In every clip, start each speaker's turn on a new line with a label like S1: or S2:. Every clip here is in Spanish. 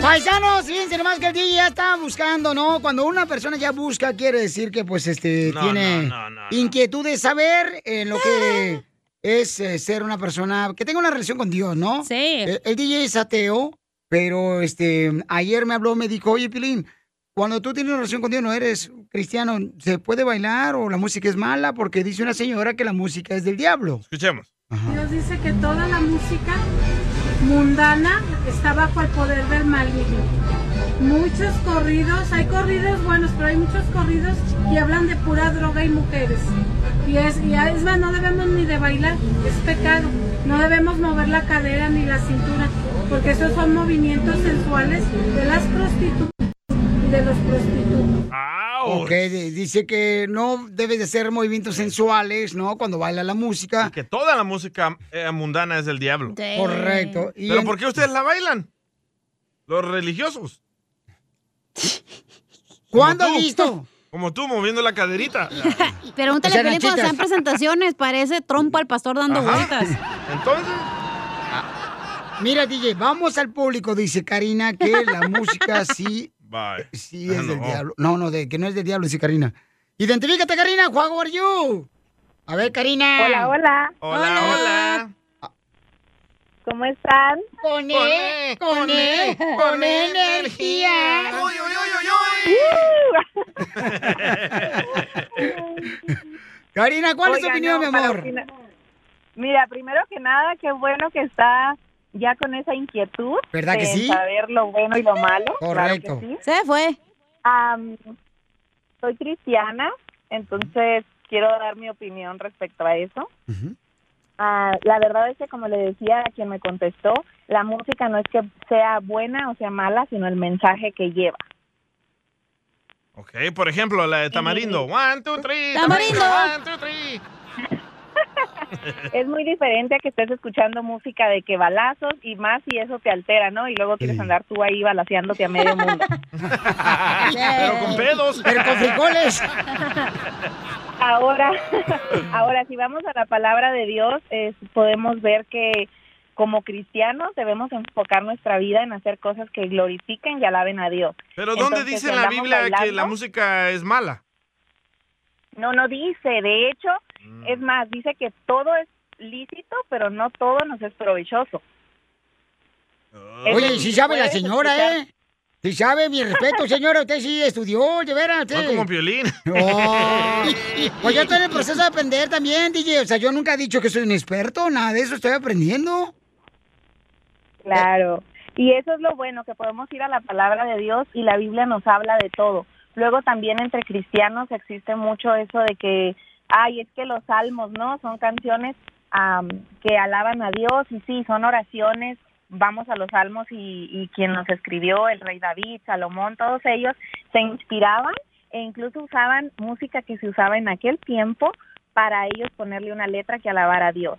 S1: Paisanos, fíjense nomás que el DJ ya está buscando, ¿no? Cuando una persona ya busca, quiere decir que, pues, este,
S2: No,
S1: tiene
S2: no, no, no, no.
S1: inquietud de saber en lo que es eh, ser una persona que tenga una relación con Dios, ¿no? Sí. El, el DJ es ateo, pero, este, ayer me habló, me dijo, oye, Pilín, cuando tú tienes una relación con Dios, no eres cristiano, ¿se puede bailar o la música es mala? Porque dice una señora que la música es del diablo.
S3: Escuchemos.
S4: Dios dice que toda la música mundana está bajo el poder del maligno. Muchos corridos, hay corridos buenos, pero hay muchos corridos que hablan de pura droga y mujeres. Y es, y es más, no debemos ni de bailar, es pecado. No debemos mover la cadera ni la cintura, porque esos son movimientos sensuales de las prostitutas y de los prostitutos.
S1: Ok, di- dice que no debe de ser movimientos sensuales, ¿no? Cuando baila la música.
S3: Que toda la música eh, mundana es del diablo.
S1: Correcto. Y
S3: ¿Pero
S1: en-
S3: por qué ustedes la bailan? Los religiosos.
S1: ¿Cuándo
S3: Como tú.
S1: listo?
S3: Como tú, moviendo la caderita. O
S5: Pregúntale
S3: sea,
S5: a Pelín cuando
S3: Nachitas.
S5: sean presentaciones, parece trompa al pastor dando
S3: Ajá.
S5: vueltas.
S3: Entonces. ah,
S1: Mira, DJ, vamos al público, dice Karina, que la música sí,
S3: Bye.
S1: sí es
S3: Ah,
S1: del
S3: no.
S1: diablo. No, no, de, que no es del diablo, dice Karina. Identifícate, Karina, how are you? A ver, Karina.
S6: Hola, hola.
S3: Hola, hola.
S6: ¿Cómo están?
S1: Con E, con E, con E energía. Karina, ¿cuál es tu
S6: Oiga,
S1: opinión,
S6: no,
S1: mi
S6: para
S1: amor?
S6: opinar- Mira, primero que nada, qué bueno que está ya con esa inquietud.
S1: ¿Verdad que
S6: de
S1: sí?
S6: Saber lo bueno y lo malo.
S1: Correcto.
S5: Se fue.
S6: soy cristiana, entonces quiero dar mi opinión respecto a eso. Ah, la verdad es que, como le decía a quien me contestó, la música no es que sea buena o sea mala, sino el mensaje que lleva.
S3: Ok, por ejemplo, la de Tamarindo. One, two, three. Tamarindo.
S6: es muy diferente a que estés escuchando música de que balazos y más si eso te altera, ¿no? Y luego quieres andar tú ahí balaseándote a medio mundo.
S3: Pero con pedos.
S1: Pero con frijoles.
S6: Ahora, ahora si vamos a la palabra de Dios, es- podemos ver que como cristianos debemos enfocar nuestra vida en hacer cosas que glorifiquen y alaben a Dios.
S3: Pero ¿dónde
S6: Entonces,
S3: dice
S6: si
S3: en la
S6: andamos
S3: Biblia que la
S6: bailando-
S3: música es mala?
S6: No, no dice. De hecho,
S3: Mm.
S6: es más, dice que todo es lícito, pero no todo nos es provechoso.
S1: Oye, si sabe la señora, ¿eh? Si sabe, mi respeto, señora, usted sí estudió, de veras.
S3: No
S1: sí.
S3: como violín.
S1: Ay, pues yo estoy en el proceso de aprender también, DJ. O sea, yo nunca he dicho que soy un experto, nada de eso, estoy aprendiendo.
S6: Claro. Y eso es lo bueno, que podemos ir a la palabra de Dios y la Biblia nos habla de todo. Luego también entre cristianos existe mucho eso de que, ay, es que los salmos, ¿no? Son canciones am, que alaban a Dios y sí, son oraciones. Vamos a los salmos y, y quien los escribió, el rey David, Salomón, todos ellos se inspiraban e incluso usaban música que se usaba en aquel tiempo para ellos ponerle una letra que alabara a Dios.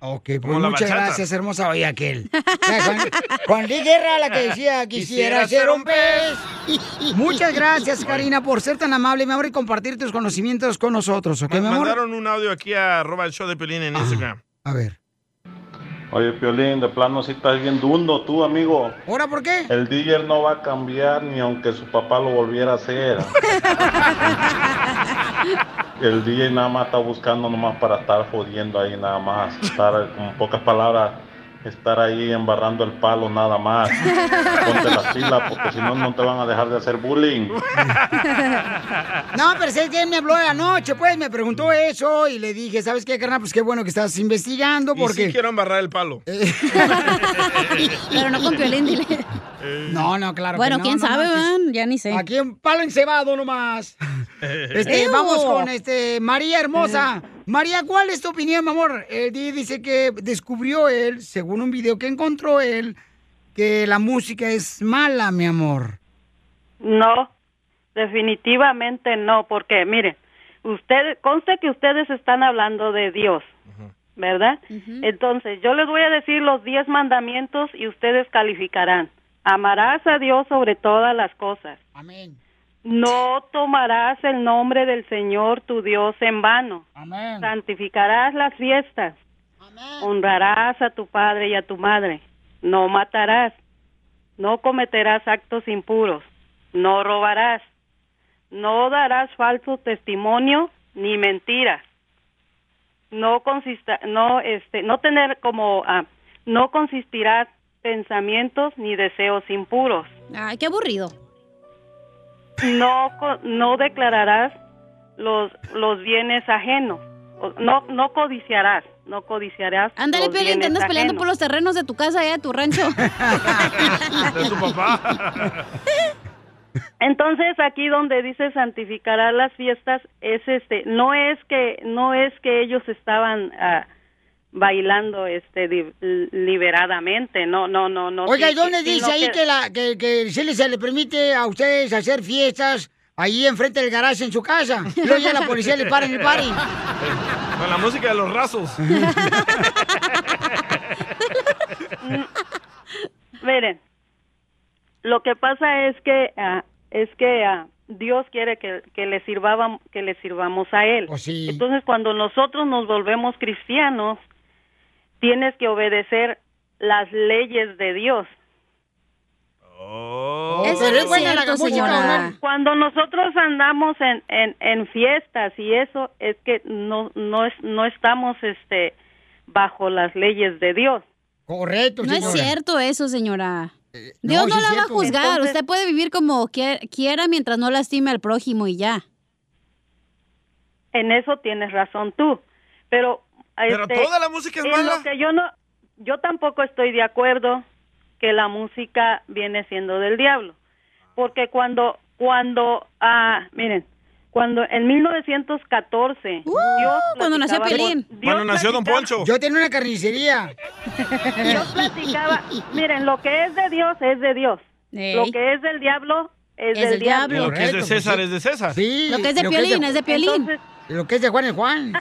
S1: Ok, pues
S2: Como la
S1: muchas
S2: bachata.
S1: gracias, hermosa. Oye, aquel. O sea, Juan, Juan Luis Guerra, la que decía, quisiera, ser un pez. Muchas gracias, Karina, por ser tan amable, mi amor, y compartir tus conocimientos con nosotros, ¿ok, mi amor?
S3: Mandaron un audio aquí a arroba el show de Piolín en Instagram.
S1: A ver.
S7: Oye, Piolín, de plano si estás bien dundo tú, amigo.
S1: ¿Ahora por qué?
S7: El DJ no va a cambiar ni aunque su papá lo volviera a hacer. El DJ nada más está buscando nomás para estar jodiendo ahí nada más. Estar, con pocas palabras, estar ahí embarrando el palo nada más. Ponte la fila porque si no, no te van a dejar de hacer bullying.
S1: No, pero es que él me habló anoche, pues, me preguntó eso y le dije, ¿sabes qué, carnal? Pues qué bueno que estás investigando
S3: Y
S1: porque...
S3: sí quiero embarrar el palo.
S1: Eh,
S5: Pero no con Piolín, dile.
S1: No, no, claro. que
S5: Bueno,
S1: no,
S5: quién
S1: no
S5: sabe, eh?
S1: manches.
S5: ¿verdad? Ya ni sé.
S1: Aquí un palo encebado nomás. Este, vamos con este María hermosa.
S5: Eh.
S1: María, ¿cuál es tu opinión, mi amor? El DJ dice que descubrió él, según un video que encontró él, que la música es mala, mi amor.
S8: No, definitivamente no, porque miren, usted, conste que ustedes están hablando de Dios, ¿verdad? Entonces, yo les voy a decir los diez mandamientos y ustedes calificarán. Amarás a Dios sobre todas las cosas.
S1: Amén.
S8: No tomarás el nombre del Señor tu Dios en vano.
S1: Amén.
S8: Santificarás las fiestas. Honrarás a tu padre y a tu madre. No matarás. no cometerás actos impuros, no robarás, no darás falso testimonio ni mentiras, no consista, no este, no tener como, ah, no consistirás pensamientos ni deseos impuros.
S5: Ay, qué aburrido.
S8: No, co- no declararás los los bienes ajenos, O- no no codiciarás, no codiciarás.
S5: Ándale,
S8: los
S5: Piolín, te
S8: bienes
S5: andas peleando
S8: ajenos.
S5: por los terrenos de tu casa allá de tu rancho.
S3: de tu papá.
S8: Entonces aquí donde dice santificará las fiestas es este no es que no es que ellos estaban ah, bailando este di- liberadamente no no no no
S1: Oiga, ¿y
S8: sí,
S1: dónde
S8: sí,
S1: dice
S8: no
S1: ahí que, la, que, que se, les, se le permite a ustedes hacer fiestas ahí enfrente del garaje en su casa? Y Luego ya la policía le para en el party.
S3: Con la música de los rasos.
S8: Miren, lo que pasa es que ah, es que ah, Dios quiere que, que le sirvaba, que le sirvamos a él. Entonces, cuando nosotros nos volvemos cristianos, tienes que obedecer las leyes de Dios.
S1: Eso Pero no es es buena la cierto, música, señora. ¿no?
S8: Cuando nosotros andamos en, en, en fiestas y eso es que no no es, no estamos este bajo las leyes de Dios.
S1: Correcto,
S5: No es
S8: señora.
S5: cierto eso, señora.
S1: Eh,
S5: Dios
S8: no,
S5: no,
S8: sí es
S5: la va a
S8: cierto.
S5: juzgar.
S8: Entonces-
S5: Usted puede vivir como quie- quiera mientras no lastime al prójimo y ya.
S8: En eso tienes razón tú. Pero, este,
S5: Pero toda la música es
S8: en
S5: mala.
S8: lo que yo no, yo tampoco estoy de acuerdo que la música viene siendo del diablo, porque cuando cuando ah miren cuando en 1914
S1: Uh.
S8: Dios
S1: cuando nació
S8: platicaba
S1: Pelín.
S8: con-
S3: Cuando nació Don Poncho.
S1: Yo tenía una carnicería.
S8: Yo platicaba, miren, lo que es de Dios es de Dios,
S5: Ey.
S8: lo que es del diablo es,
S5: Es
S8: del
S5: del
S8: diablo.
S3: Lo que es de César es de César.
S1: pues, Sí.
S5: Lo que es de Piolín es de Piolín.
S1: Lo que es de Juan es Juan.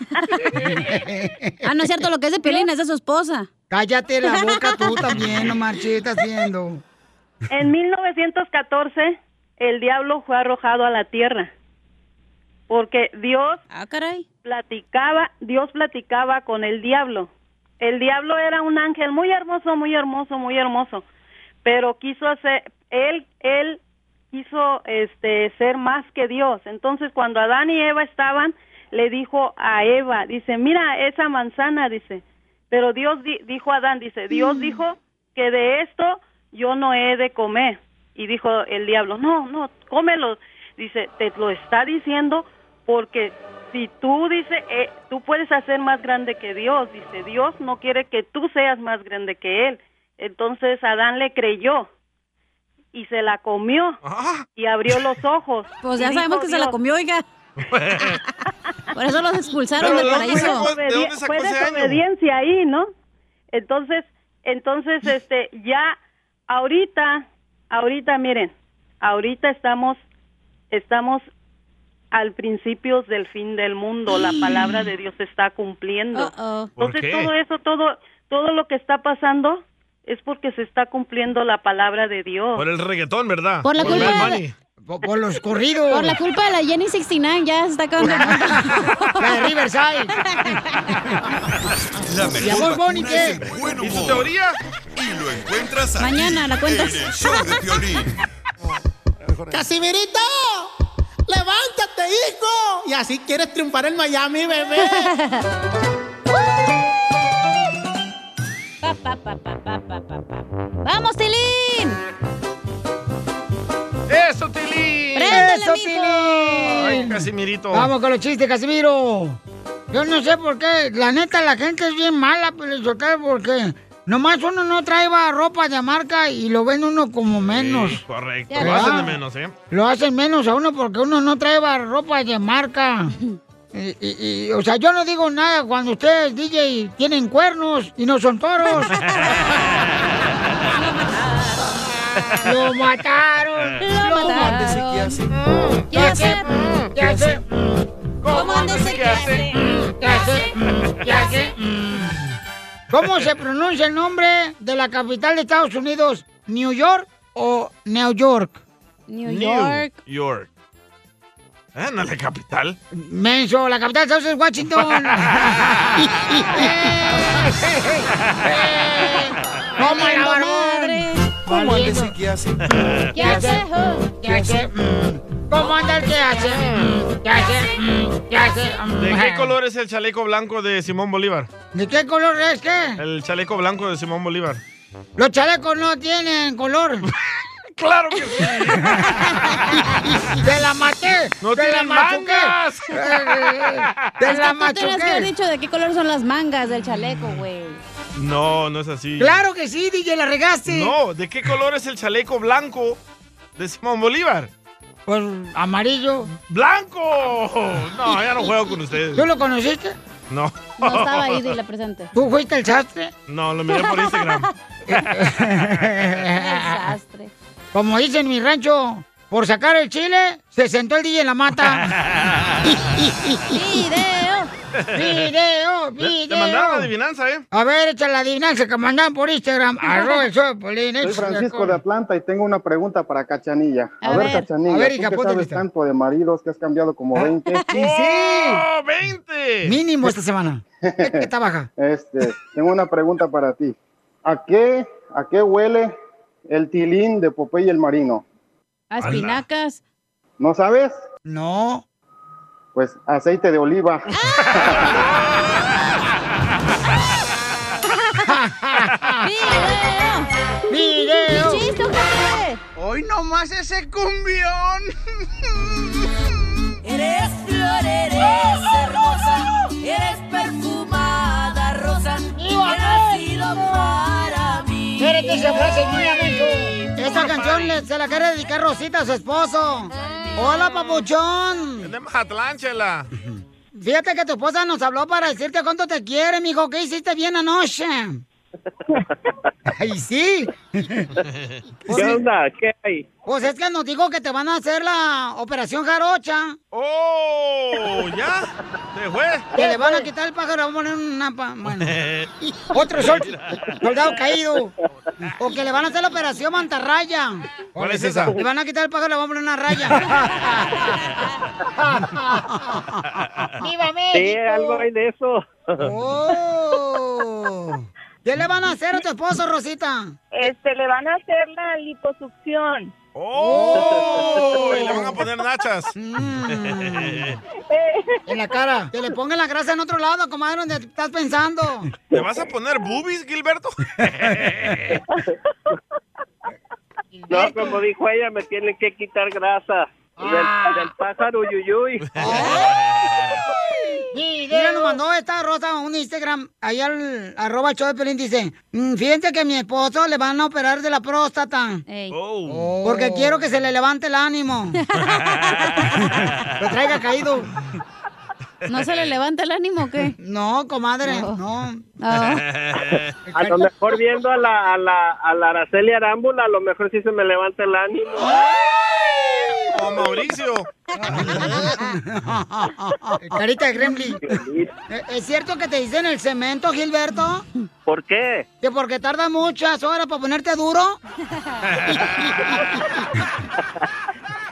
S5: Ah, no es cierto, lo que es de Piolín es de su esposa.
S1: Cállate la boca tú también, no marches, estás viendo.
S8: En 1914, el diablo fue arrojado a la tierra. Porque Dios platicaba, Dios platicaba con el diablo. El diablo era un ángel muy hermoso, muy hermoso, muy hermoso, pero quiso hacer él él quiso este ser más que Dios. Entonces, cuando Adán y Eva estaban, le dijo a Eva, dice, "Mira esa manzana", dice. Pero Dios di- dijo a Adán, dice, "Dios dijo que de esto yo no he de comer. Y dijo el diablo, no, no, cómelo. Dice, te lo está diciendo porque si tú dice, eh, tú puedes hacer más grande que Dios. Dice, Dios no quiere que tú seas más grande que Él. Entonces Adán le creyó y se la comió y abrió los ojos.
S5: Pues
S8: Y
S5: ya
S8: dijo
S5: sabemos que se la
S8: Dios,
S5: comió, oiga. Por eso los expulsaron del paraíso.
S8: fue desobediencia ahí, ¿no? Entonces, entonces, este, ya ahorita, ahorita, miren, ahorita estamos, estamos al principio del fin del mundo. La palabra de Dios se está cumpliendo.
S2: ¿Por
S8: Entonces,
S2: qué?
S8: todo eso, todo, todo lo que está pasando es porque se está cumpliendo la palabra de Dios.
S3: Por el reggaetón, ¿verdad?
S8: Por la
S3: Bad
S8: culpa
S3: Bunny.
S1: Por, los corridos.
S5: Por la culpa de la Jenny 69 ya se está acabando.
S1: La de Riverside.
S9: La
S1: ¿Y a
S9: mejor
S1: vos, Bonnie,
S9: vacuna
S1: qué?
S9: es el buen humor.
S1: su teoría?
S9: Y lo encuentras aquí,
S5: Mañana la cuentas.
S9: En el show de Piolín.
S3: Pues.
S10: ¡Casimirito! ¡Levántate, hijo! Y así quieres triunfar en Miami, bebé.
S5: Pa, pa, pa, pa, pa, pa, pa, pa. ¡Vamos, Tilín!
S3: ¡Eso, Tilín!
S5: ¡Préndele,
S1: ¡Eso,
S5: mijo!
S3: Ay,
S1: Tilín!
S3: Casimirito.
S1: Vamos con los chistes, Casimiro. Yo no sé por qué, la neta, la gente es bien mala, Pelizotero, porque nomás uno no trae va, ropa de marca y lo ven uno como menos.
S3: Sí, correcto.
S1: Ya.
S3: Lo hacen de menos, ¿eh?
S1: Lo hacen menos a uno porque uno no trae va, ropa de marca. Y- y- y, o sea, yo no digo nada cuando ustedes, DJ, tienen cuernos y no son toros. ¡Lo mataron! Mm,
S5: ¡Lo mataron!
S1: ¿Qué hace? mm,
S5: ¿Qué hace?
S1: ¿Qué hace?
S5: ¿Cómo andes? ¿Qué hace?
S1: ¿Qué hace? ¿Qué hace? ¿Cómo se pronuncia el nombre de la capital de Estados Unidos? ¿New York o New York?
S5: New
S3: New York. Ah, no, la capital.
S1: Um, Menso, la capital de Estados Unidos es Washington. ¡Eh! ¡Eh! ¡Eh! ¡Cómo la barbón!
S5: ¿Cómo
S2: ande sí, ¿qué hace?
S1: ¿Qué hace? ¿Qué hace? Mm. ¿Cómo anda el que hace? Mm. ¿Qué hace? Mm. ¿Qué hace? Mm.
S3: ¿De qué color es el chaleco blanco de Simón Bolívar?
S1: ¿De qué color es qué?
S3: El chaleco blanco de Simón Bolívar.
S1: Los chalecos no tienen color.
S3: ¡Claro que sí!
S1: ¡Te la maté!
S3: ¡No
S1: ¡Te la
S3: tienen
S1: machuqué!
S3: mangas!
S1: Eh, eh, eh. ¡Te
S5: Pues Es que
S1: la
S5: tú tenías que haber
S1: machuqué!
S5: dicho de qué color son las mangas del chaleco, güey.
S3: No, no es así.
S1: ¡Claro que sí, DJ, la regaste!
S3: No, ¿de qué color es el chaleco blanco de Simón Bolívar?
S1: Pues amarillo.
S3: ¡Blanco! No, ya no juego con ustedes.
S1: ¿Tú lo conociste?
S3: No.
S5: No estaba ahí de la presente.
S1: ¿Tú fuiste el sastre?
S3: No, lo miré por Instagram.
S5: Desastre.
S1: Como dice en mi rancho, por sacar el chile, se sentó el DJ en la mata.
S5: ¡Video!
S1: ¡Video!
S3: Te,
S1: ¡Video!
S3: te mandaron adivinanza, ¿eh?
S1: A ver, echa la adivinanza que mandan por Instagram. Arroba el show de Piolín,
S11: Soy
S1: échale
S11: Francisco
S1: alcohol.
S11: de Atlanta y tengo una pregunta para Cachanilla. A, ver, Cachanilla,
S1: a ver,
S11: ¿tú
S1: hija,
S11: que
S1: ponte
S11: sabes
S1: lista. Ah,
S11: tanto de maridos que has cambiado como 20?
S1: ¡Y sí!
S3: ¡20!
S1: Mínimo esta semana. Está baja.
S11: Este, tengo una pregunta para ti. ¿A qué, ¿A qué huele el tilín de Popeye el Marino?
S5: A espinacas.
S11: ¿No sabes?
S1: No.
S11: Pues aceite de oliva.
S5: ¡Video!
S1: ¡Video!
S5: ¡Chiste, ojete!
S10: Hoy nomás ese cumbión.
S12: Eres flor, eres hermosa, eres perfumada rosa, y has sido para mí.
S1: Espérate, esa frase es mía, menso. Esta canción le- se la quiere dedicar Rosita a su esposo. Hola, papuchón.
S3: Tenemos Atlán, chela.
S1: Fíjate que tu esposa nos habló para decirte cuánto te quiere, mijo. ¿Qué hiciste bien anoche? ¡Ay, sí!
S13: ¿Qué onda? ¿Qué hay?
S1: Pues es que nos dijo que te van a hacer la operación jarocha.
S3: ¡Oh! ¿Ya? ¿Se fue?
S1: Que le van a quitar el pájaro, vamos a poner una... pa- Bueno. Otro sol- soldado caído. O que le van a hacer la operación mantarraya.
S3: ¿Cuál es esa?
S1: Le van a quitar el pájaro, le van a poner una raya. ¡Viva
S13: Sí, algo hay
S1: México!
S13: de eso.
S1: ¡Oh! ¿Qué le van a hacer a tu esposo, Rosita?
S6: Este, le van a hacer la liposucción.
S3: ¡Oh! Y le van a poner nachas.
S1: Mm. En la cara. Que le pongan la grasa en otro lado, comadre, donde estás pensando.
S3: ¿Te vas a poner boobies, Gilberto?
S13: No, como dijo ella, me tienen que quitar grasa. Del,
S1: Ah.
S13: del pájaro yuyuy.
S1: Oh. Mira, nos mandó esta rosa a un Instagram, ahí al arroba el show de Pelín, dice, "Mm, fíjense que a mi esposo le van a operar de la próstata.
S3: Oh.
S1: Porque quiero que se le levante el ánimo. Lo traiga caído.
S5: ¿No se le levanta el ánimo o qué?
S1: No, comadre, no.
S13: A lo mejor viendo a la, a la, a la Araceli Arámbula, a lo mejor sí se me levanta el ánimo.
S3: ¡O Mauricio!
S1: Carita de Gremlin. ¿E- ¿Es cierto que te dicen el cemento, Gilberto?
S13: ¿Por qué?
S1: ¿Que porque tarda muchas horas para ponerte duro?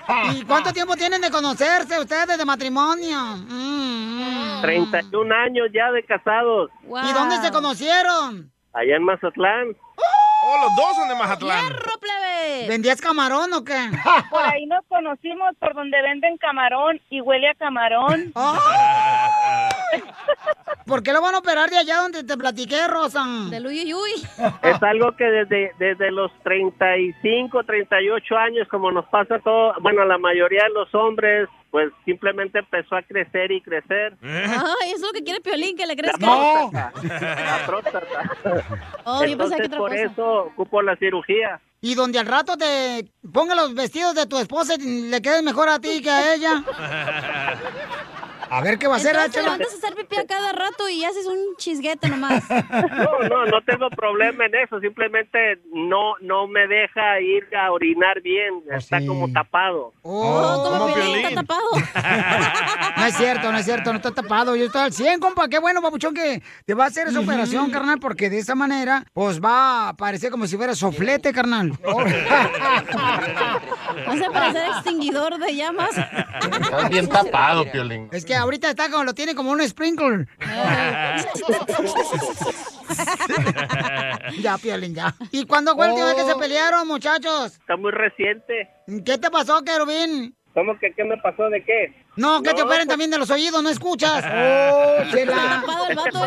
S1: ¿Y
S13: Ah.
S1: cuánto tiempo tienen de conocerse ustedes de matrimonio? Mm, mm.
S13: 31 años ya de casados.
S1: ¿Y dónde se conocieron?
S13: Allá en Mazatlán.
S3: ¡Oh, los dos son de Mazatlán!
S1: ¿Vendías camarón o qué?
S6: Este, Por ahí nos conocimos, por donde venden camarón y huele a camarón.
S1: Oh. ¿Por qué lo van a operar de allá donde te platiqué, Rosa?
S5: Del uyuyuy.
S13: Es algo que desde, desde los 35, 38 años, como nos pasa a todos, bueno, a la mayoría de los hombres, pues simplemente empezó a crecer y crecer.
S1: ¿Eh?
S5: Ay, es lo que quiere Piolín, que le crezca.
S13: ¡No! La próstata.
S5: Oh, yo pensaba que
S13: Entonces,
S5: otra
S13: por
S5: cosa.
S13: eso ocupo la cirugía.
S1: ¿Y donde al rato te ponga los vestidos de tu esposa y le queden mejor a ti que a ella? A ver qué va a hacer,
S5: Entonces,
S1: Áchela.
S5: levantas a hacer pipí a cada rato y haces un chisguete nomás.
S13: No, no, no tengo problema en eso, simplemente no no me deja ir a orinar bien, está como tapado.
S1: Oh,
S5: como Piolín está tapado.
S1: No es cierto, no es cierto, no está tapado. Yo estoy al 100, compa. Qué bueno, papuchón, que te va a hacer esa operación, carnal, porque de esa manera, pues va a parecer como si fuera soflete, carnal.
S5: Vas a parecer extinguidor de llamas.
S2: Estás bien tapado, Piolín.
S1: Es que que ahorita está como, lo tiene como un sprinkler. ya, Piolín, ya. ¿Y cuándo fue la última vez que se pelearon, muchachos?
S13: Oh. Está muy reciente.
S1: ¿Qué te pasó, Querubín?
S13: ¿Cómo que qué me pasó de qué?
S1: No, que te operen también de los oídos, no escuchas. Oh, chela.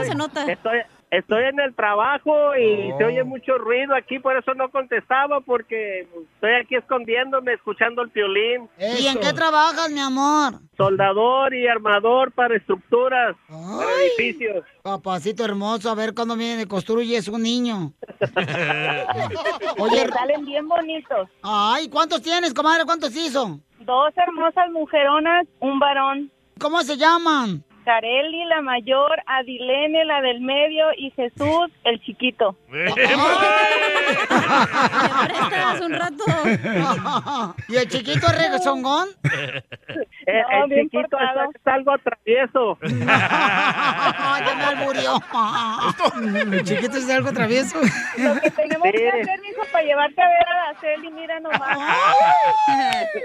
S13: se nota. Estoy, estoy en el trabajo y
S1: Oh.
S13: se oye mucho ruido aquí, por eso no contestaba, porque estoy aquí escondiéndome, escuchando el violín.
S1: ¿Y en qué trabajas, mi amor?
S13: Soldador y armador para estructuras, para edificios.
S1: Papacito hermoso, a ver cuándo viene, construyes un niño.
S6: Me salen bien bonitos.
S1: Ay, ¿cuántos tienes, comadre? ¿Cuántos hizo?
S6: Dos hermosas mujeronas, un varón.
S1: ¿Cómo se llaman?
S6: Carelli, la mayor, Adilene, la del medio, y Jesús, el chiquito.
S5: ¡Eh!
S12: prestas un rato?
S1: Oh, ¿Y el chiquito es rezongón?
S13: El, Eh, el chiquito es, es algo travieso.
S1: ya me alburió. Ah. El chiquito es algo travieso.
S6: Lo que tenemos que hacer, mijo, para llevarte a ver a la Celi, mira nomás.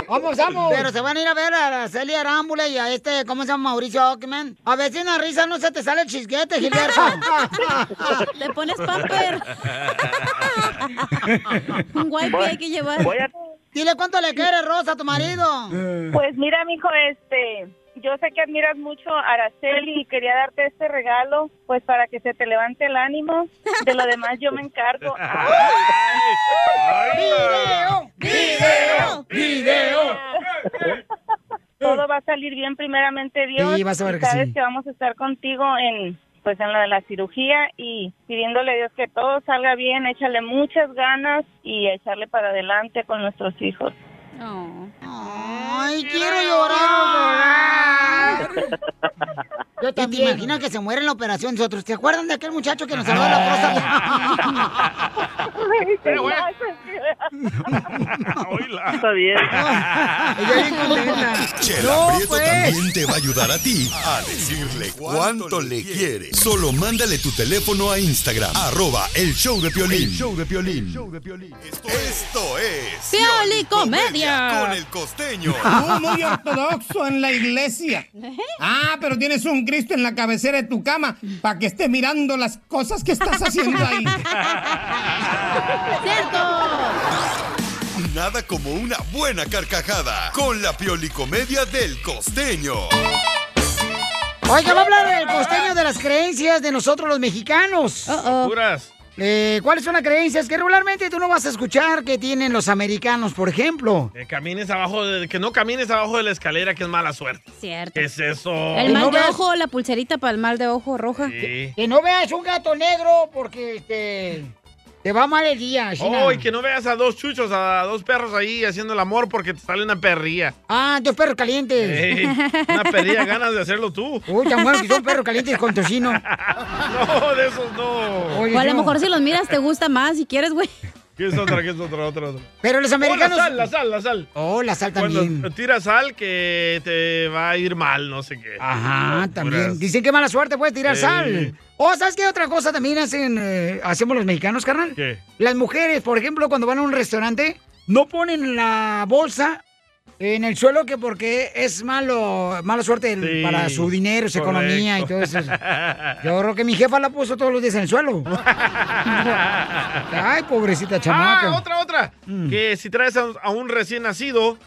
S1: Vamos, vamos. Pero se van a ir a ver a la Celia Arámbula y a este, ¿cómo se llama? Mauricio Ockman. A ver si en la risa no se te sale el chisguete, Gilberto.
S5: Le pones pamper.
S1: Un
S5: wipe hay que llevar. Voy a-
S1: Dile cuánto le quieres, Rosa, a tu marido.
S6: Pues mira, mijo, este, yo sé que admiras mucho a Araceli y quería darte este regalo, pues para que se te levante el ánimo. De lo demás yo me encargo.
S12: ¡Video! ¡Video! ¡Video!
S6: Todo va a salir bien, primeramente Dios.
S12: Sí, vas a ver
S6: Y
S12: que
S6: sabes
S12: sí.
S6: que vamos a estar contigo en, pues en lo de la cirugía y pidiéndole a Dios que todo salga bien, échale muchas ganas y echarle para adelante con nuestros hijos.
S1: Ay, quiero llorar. Yo también. ¿Y te imaginas que se muere en la operación nosotros? ¿Te acuerdan de aquel muchacho que nos salvó la próstata?
S13: Está bien.
S9: Chela
S1: pues.
S9: Prieto
S12: pues.
S9: también te va a ayudar a ti a decirle cuánto le quiere. Solo mándale tu teléfono a Instagram, arroba el show de Piolín.
S2: El
S9: show de Esto es
S5: Comedia.
S9: con el costeño.
S10: Tú muy ortodoxo en la iglesia. Ah, pero tienes un Cristo en la cabecera de tu cama para que esté mirando las cosas que estás haciendo ahí.
S9: Nada como una buena carcajada con la piolicomedia del costeño.
S1: Oiga, va a hablar el costeño de las creencias de nosotros los mexicanos.
S3: Puras.
S1: Eh, ¿Cuáles son las creencias que regularmente tú no vas a escuchar que tienen los americanos, por ejemplo?
S3: Que camines abajo, de, que no camines abajo de la escalera, que es mala suerte.
S5: Cierto.
S3: ¿Qué es eso?
S5: El mal de ojo, la pulserita para el mal de ojo roja.
S3: Sí.
S1: Que no veas un gato negro porque este, te va mal el día. China.
S3: Oh, y que no veas a dos chuchos, a dos perros ahí haciendo el amor porque te sale una perría.
S1: Ah, dos perros calientes.
S3: Ey, una perría, ganas de hacerlo tú.
S1: Uy, tan bueno que son perros calientes con tocino.
S3: No, de esos no.
S5: o a lo mejor si los miras te gusta más si quieres, güey.
S3: ¿Qué es otra? ¿Qué es otra? Otra, otra.
S1: Pero los
S3: Oh,
S1: americanos-
S3: la sal, la sal, la sal.
S1: Oh, la sal
S3: Cuando tiras sal que te va a ir mal, no sé qué.
S1: Ajá,
S3: Locuras.
S1: también. Dicen que mala suerte puedes tirar
S3: Sí.
S1: sal. O, ¿sabes qué otra cosa también hacen, eh, hacemos los mexicanos, carnal?
S3: ¿Qué?
S1: Las mujeres, por ejemplo, cuando van a un restaurante, no ponen la bolsa en el suelo que porque es malo, mala suerte el-
S3: Sí,
S1: para su dinero, su
S3: correcto.
S1: economía y todo eso. Yo creo que mi jefa la puso todos los días en el suelo. Ay, pobrecita chamaca. Mm.
S3: Ah, otra, otra. Que si traes a, a un recién nacido,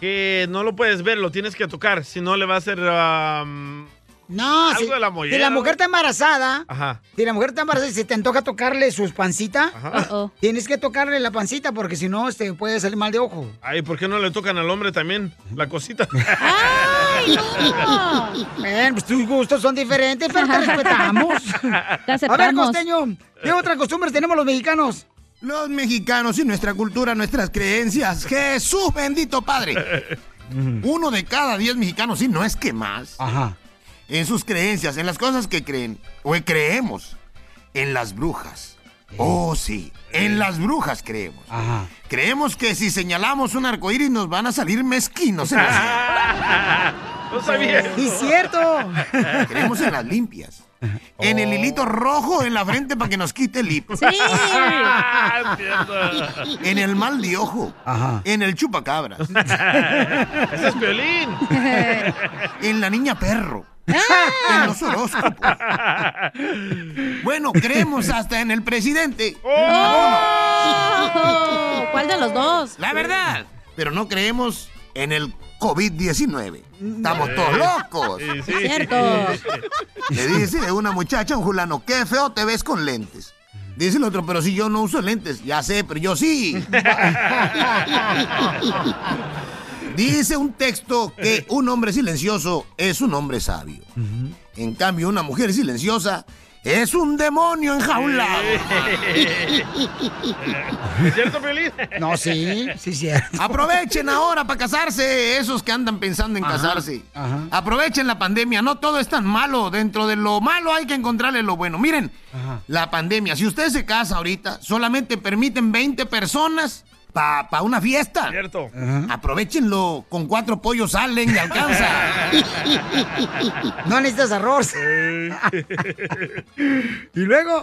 S3: que no lo puedes ver, lo tienes que tocar, si no le va a hacer... am,
S1: No,
S3: Algo
S1: si,
S3: de la
S1: si
S3: mollera,
S1: la
S3: ¿no?
S1: mujer está embarazada,
S3: Ajá.
S1: si la mujer está embarazada y se te antoja tocarle sus pancita, tienes que tocarle la pancita porque si no te puede salir mal de ojo.
S3: Ay, ¿por qué no le tocan al hombre también la cosita?
S1: Bueno, pues tus gustos son diferentes, pero te respetamos. A ver,
S10: aceptamos.
S1: costeño, ¿qué otra costumbre tenemos los mexicanos?
S10: Los mexicanos y nuestra cultura, nuestras creencias. Jesús bendito Padre. Uno de cada diez mexicanos, y no es que más. En sus creencias, en las cosas que creen, o creemos, en las brujas.
S3: Eh.
S10: Oh, sí, en las brujas creemos. Creemos que si señalamos un arcoíris nos van a salir mezquinos en la
S3: no sabía.
S1: Sí, cierto.
S10: Creemos en las limpias.
S14: en el hilito rojo en la frente para que nos quite el hipo.
S12: Sí. Ah, cierto.
S14: en el mal de ojo. En el chupacabras.
S3: Ese es violín.
S14: en la niña perro.
S3: Ah.
S14: en los horóscopos. Bueno, creemos hasta en el presidente.
S5: Oh, ¿Cuál de los dos?
S14: La verdad. Pero no creemos en el COVID-19. Estamos todos locos.
S12: Sí, sí. Cierto.
S14: Le dice una muchacha a un fulano, qué feo te ves con lentes. Dice el otro, pero si yo no uso lentes, ya sé, pero yo sí. Dice un texto que un hombre silencioso es un hombre sabio. En cambio, una mujer silenciosa es un demonio enjaulado.
S3: ¿Es cierto, Piolín?
S14: No, sí, sí, cierto. Aprovechen ahora para casarse, esos que andan pensando en
S1: Ajá,
S14: casarse. Aprovechen la pandemia, no todo es tan malo. Dentro de lo malo hay que encontrarle lo bueno. Miren, la pandemia, si usted se casa ahorita, solamente permiten 20 personas para una fiesta.
S3: Cierto.
S14: Aprovechenlo, con cuatro pollos salen y alcanza.
S1: No necesitas arroz.
S14: y luego,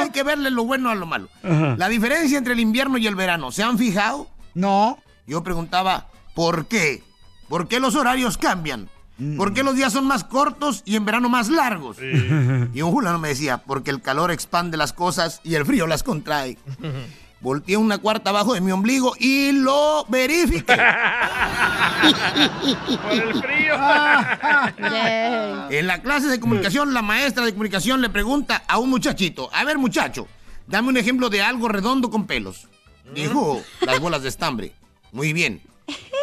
S14: Hay que verle lo bueno a lo malo.
S1: Ajá.
S14: La diferencia entre el invierno y el verano, ¿se han fijado? No. Yo preguntaba, ¿por qué? ¿Por qué los horarios cambian? ¿Por qué los días son más cortos y en verano más largos? Y un fulano me decía, porque el calor expande las cosas y el frío las contrae. Volteé una cuarta abajo de mi ombligo y lo verifiqué.
S12: Por el frío.
S14: En la clase de comunicación, la maestra de comunicación le pregunta a un muchachito, a ver muchacho, dame un ejemplo de algo redondo con pelos. Dijo, las bolas de estambre. Muy bien.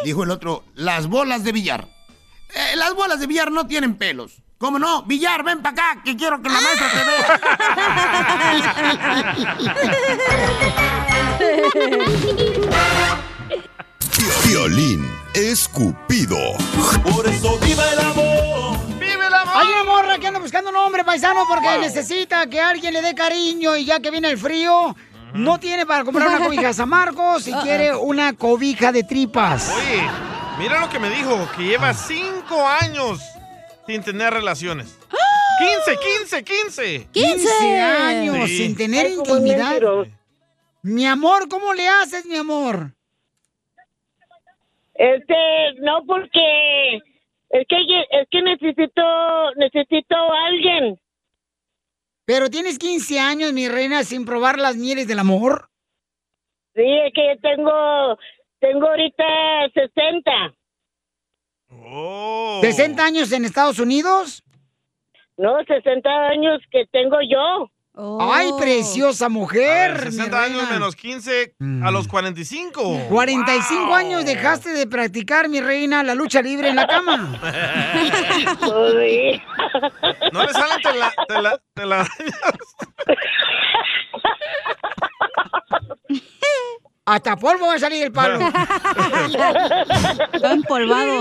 S14: Dijo el otro, las bolas de billar. "Eh, las bolas de billar no tienen pelos. ¿Cómo no? Billar, ven para acá, que quiero que la maestra te vea.
S7: Violín escupido. Por eso viva el amor.
S1: ¡Vive la Hay una morra que anda buscando un hombre paisano porque
S12: Wow.
S1: necesita que alguien le dé cariño y ya que viene el frío, no tiene para comprar una cobija de San Marcos y
S3: Uh-uh.
S1: quiere una cobija de tripas.
S3: Oye, mira lo que me dijo, que lleva cinco años sin tener relaciones. 15, 15, 15.
S1: 15 años
S3: Sí.
S1: sin tener intimidad. Mi amor, ¿cómo le haces, mi amor?
S2: Este, no porque es que ye- es que necesito necesito a alguien.
S1: Pero tienes 15 años, mi reina, sin probar las mieles del amor.
S2: Sí, es que tengo tengo ahorita 60.
S3: Oh.
S1: 60 años en Estados Unidos.
S2: No, 60 años que tengo yo.
S1: Ay, preciosa mujer.
S3: A ver,
S1: mi
S3: 60 años
S1: reina.
S3: menos 15 a los 45.
S1: 45 años dejaste de practicar, mi reina, la lucha libre en la cama.
S2: Pues
S3: No le salen te la, te la, te la-
S1: Hasta polvo va a salir el palo.
S5: Está empolvado.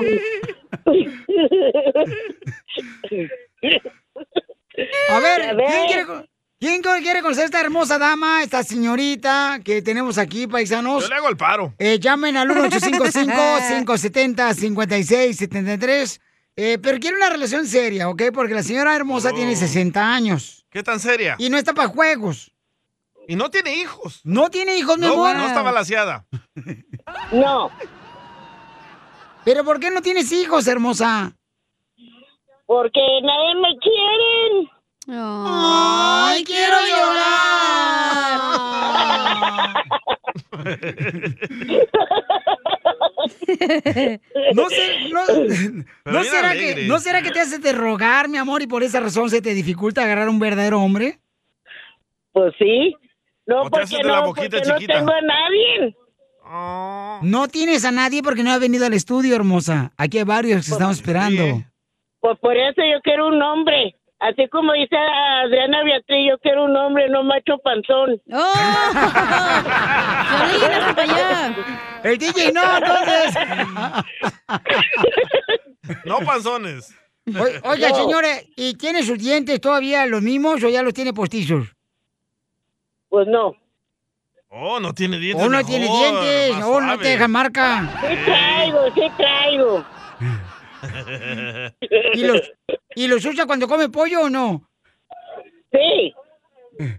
S1: A ver,
S12: A ver.
S1: ¿quién quiere, con- quién co- quiere conocer a esta hermosa dama, esta señorita que tenemos aquí, paisanos?
S3: Yo le hago el paro.
S1: Eh, llamen al 1855-570-5673. Eh, pero quiere una relación seria, ¿ok? Porque la señora hermosa
S3: Oh.
S1: tiene 60 años.
S3: ¿Qué tan seria?
S1: Y no está para juegos.
S3: Y no tiene hijos.
S1: No tiene hijos, mi
S3: No,
S1: amor.
S3: no está balaseada.
S2: No.
S1: ¿Pero por qué no tienes hijos, hermosa?
S2: Porque nadie me quiere.
S12: Ay, quiero
S1: Ah. No, sé, no,
S12: Pero
S1: ¿no
S12: bien
S1: será
S12: alegre.
S1: que, ¿No será que te haces de rogar, mi amor, y por esa razón se te dificulta agarrar un verdadero hombre?
S2: Pues sí. No,
S1: O te haces
S2: porque
S1: de
S2: no,
S1: la boquita
S2: porque
S1: chiquita. Ah.
S2: no tengo a nadie.
S1: No tienes a nadie porque no ha venido al estudio, hermosa. Aquí hay varios que estamos esperando.
S2: Pues por eso yo quiero un hombre. Así como dice Adriana Beatriz, yo quiero un hombre, no macho panzón.
S1: Oh. El DJ no, entonces.
S3: No panzones.
S1: O- oiga, señores, ¿y tiene sus dientes todavía los mismos o ya los tiene postizos?
S2: Pues no.
S3: Oh, no tiene dientes.
S1: O no
S3: mejor,
S1: tiene dientes,
S3: más
S1: o no
S3: suave.
S1: te deja marca.
S2: Sí traigo, sí traigo.
S1: ¿Y los, ¿Y los usa cuando come pollo o no?
S2: Sí.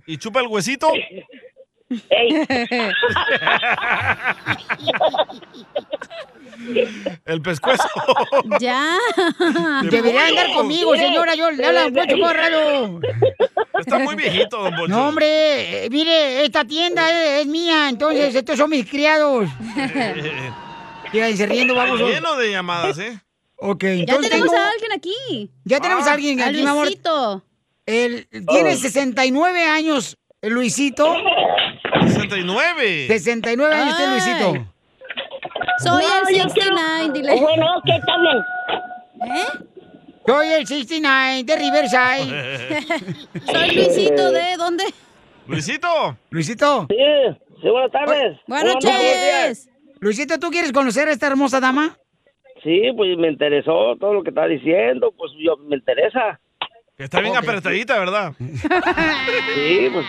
S3: ¿Y chupa el huesito? El pescuezo.
S5: Ya.
S1: Debería andar conmigo, señora. Yo le pues, hablo mucho por radio.
S3: Está muy viejito, don Poncho.
S1: No, hombre, eh, mire, esta tienda eh, es, es mía, entonces estos son mis criados.
S3: Eh,
S1: Fíjense riendo, vamos.
S3: está Lleno de llamadas, ¿eh?
S1: Ok,
S5: Ya
S1: entonces
S5: tenemos
S1: tengo-
S5: a alguien aquí.
S1: Ya tenemos a alguien
S5: A
S1: aquí, mi amor.
S5: Ah, Luisito.
S1: Él tiene
S5: Oh.
S1: 69 años, Luisito.
S3: 69.
S1: 69 años tiene
S5: Ay.
S1: Luisito.
S5: Soy
S1: No,
S5: el
S1: yo
S5: 69, dile.
S1: Bueno, ¿qué tal? ¿Eh? Soy el 69 de Riverside.
S5: Soy Luisito, ¿de dónde?
S3: Luisito.
S1: Luisito. Sí, sí buenas tardes.
S5: Buenas Buenas noches. noches.
S1: Luisito, ¿tú quieres conocer a esta hermosa dama?
S15: Sí, pues me interesó todo lo que está diciendo, pues yo me interesa.
S3: Está bien apretadita, ¿verdad?
S15: Sí, pues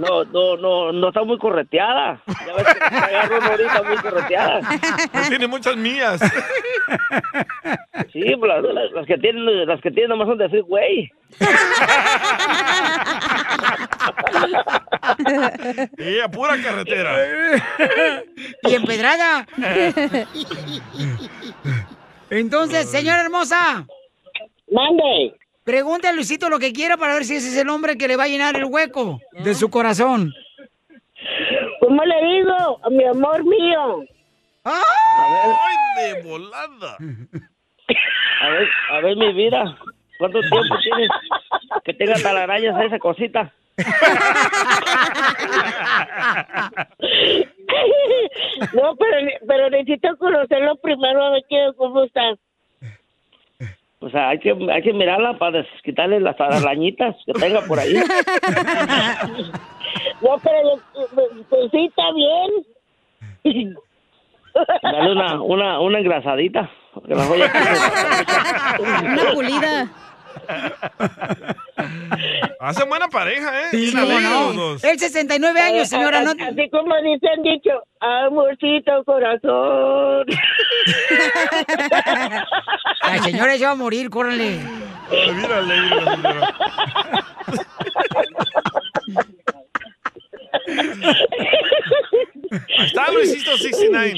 S15: no, no, no, no está muy correteada. Ya ves que te agarro una ahorita muy correteada.
S3: tiene muchas mías.
S15: Sí, pues las, las- las que tienen, las que tienen nomás son de freeway.
S3: Y a pura carretera.
S1: Y empedrada. Entonces, señora hermosa. Mande. Pregunta a Luisito lo que quiera para ver si ese es el hombre que le va a llenar el hueco de su corazón.
S2: ¿Cómo le digo? A mi amor mío.
S3: ¡Ay, de volada!
S15: A ver, a ver mi vida. ¿Cuánto tiempo tienes que tenga talarañas a esa cosita?
S2: No, pero, pero necesito conocerlo primero a ver qué, cómo está.
S15: O sea, Pues, hay que, hay que mirarla para quitarle las talarañitas que tenga por ahí.
S2: No, pero yo- pues sí, está bien.
S15: Dale una, una, una engrasadita. que las joyas-
S5: Una pulida.
S3: Hacen buena pareja, ¿eh? Bien
S1: cómo
S3: alegres
S1: no.
S3: los dos.
S1: Él 69 años, señora, no...
S2: Eh, Así como dicen dicho, amorcito corazón.
S1: La señora ya va a morir, córrele.
S3: Mira, alegre la señora. Ahí Está Luisito 69.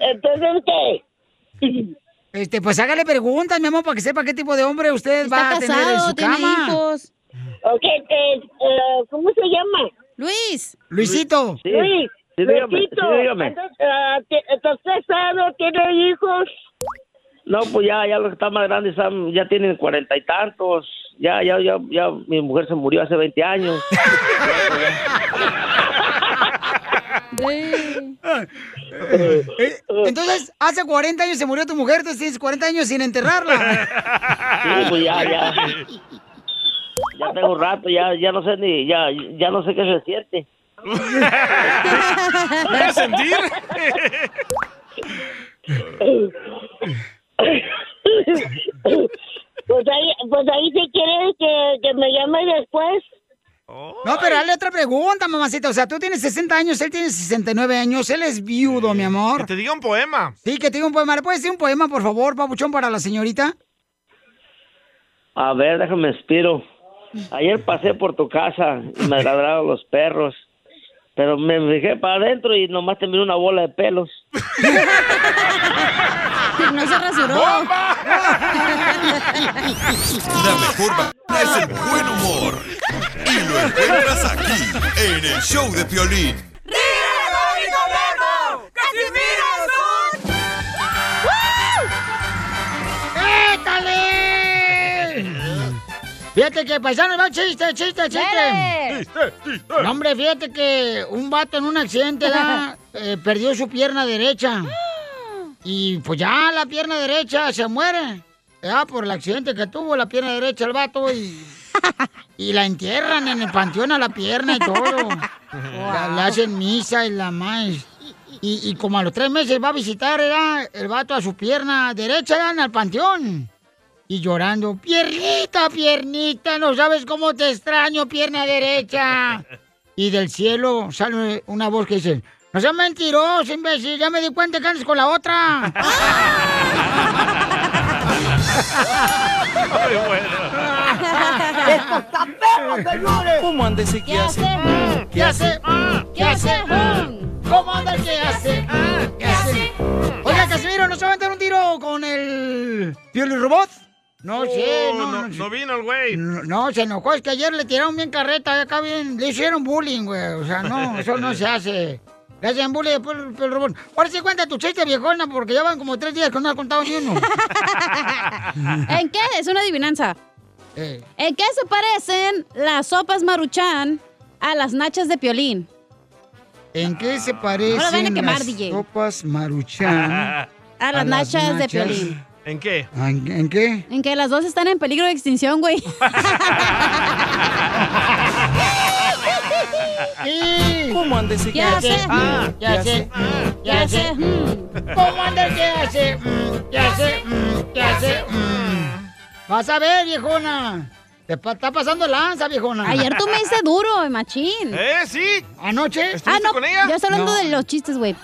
S1: Entonces, ¿qué? Este, pues hágale preguntas, mi amor, para que sepa qué tipo de hombre usted va a tener en su cama.
S2: Ok, eh,
S1: pues,
S2: eh, ¿cómo se llama?
S5: Luis.
S1: Luisito.
S15: Sí.
S2: Luis.
S15: Sí, dígame,
S2: Luisito.
S15: sí, dígame.
S2: Entonces, ah, ¿te- ¿Estás casado? ¿Tiene hijos?
S15: No, pues ya, ya los que están más grandes están- ya tienen cuarenta y tantos. Ya, ya, ya, ya, mi mujer se murió hace 20 años.
S1: Eh, Entonces, hace 40 años se murió tu mujer, entonces tienes 40 años sin enterrarla.
S15: Sí, pues ya, ya. Ya tengo un rato, ya, ya no sé ni, ya, ya no sé qué se siente.
S12: ¿Voy a sentir?
S2: Pues ahí, pues ahí si quieres que, que me llame después.
S1: No, pero dale otra pregunta, mamacita. O sea, tú tienes 60 años, él tiene 69 años, él es viudo, mi amor. Que
S3: te diga un poema.
S1: Sí, que te diga un poema. ¿Le puedes decir un poema, por favor, papuchón, para la señorita?
S15: A ver, déjame inspiro. Ayer pasé por tu casa y me ladraron los perros. Pero me fijé para adentro y nomás te miré una bola de pelos.
S5: No se rasuró.
S9: La mejor vacuna es el buen humor. Y lo encuentras aquí, en el show de Piolín.
S1: ¡Étale! Fíjate que paisano, va chiste, chiste, chiste.
S12: Dale.
S1: No, hombre, fíjate que un vato en un accidente da, eh, perdió su pierna derecha. Y pues ya la pierna derecha se muere. Ya por el accidente que tuvo la pierna derecha el vato y, y la entierran en el panteón a la pierna y todo. La- Le hacen misa y la más. Y, y como a los tres meses va a visitar era el vato a su pierna derecha era en el panteón. Y llorando, piernita, piernita, no sabes pues, cómo te extraño, pierna derecha. Y del cielo sale una voz que dice, no seas mentiroso, imbécil, ya me di cuenta que andas con la otra.
S12: Muy bueno. ¡Esto está perro, señores! ¿Cómo anda ese que hace? ¿Qué hace? ¿Qué hace?
S1: ¿Cómo anda el que hace? ¿Qué hace? Oiga, Casimiro, ¿no se va a aventar un tiro con el Pioli Robot? No,
S3: Oh,
S1: sí, no,
S3: no-
S1: no, sí.
S3: no vino el güey.
S1: No, no, se enojó, es que ayer le tiraron bien carreta, y acá bien, le hicieron bullying, güey. O sea, no, eso no se hace. Le hacen bullying después el, el robot. Ahora sí cuenta tu chiste, viejona, porque ya van como tres días que no has contado ni uno.
S5: ¿En qué? Es una adivinanza.
S1: Eh,
S5: ¿En qué se parecen las sopas maruchan a las nachas de piolín?
S1: ¿En qué se
S5: Ahora van a
S1: parecen
S5: quemar,
S1: las
S5: DJ.
S1: sopas maruchan
S3: A
S5: las nachas de Piolín.
S3: ¿En qué?
S1: Ah, ¿En, en qué?
S5: En que las dos están en peligro de extinción, güey.
S12: ¿Cómo anda ese que
S5: ¿Qué hace?
S12: Ah,
S1: ¿Qué hace? ¿Qué hace? ¿Cómo anda el que hace? Mm, ¿Qué hace? Mm, ¿Qué hace? Mm. Vas a ver, viejona. Te pa- está pasando lanza, viejona.
S5: Ayer tú me hice duro, machín.
S3: ¿Eh? ¿Sí?
S1: ¿Anoche?
S5: Ah, no,
S1: con ella?
S5: yo estoy hablando
S1: No. Ah.
S5: de los chistes, güey.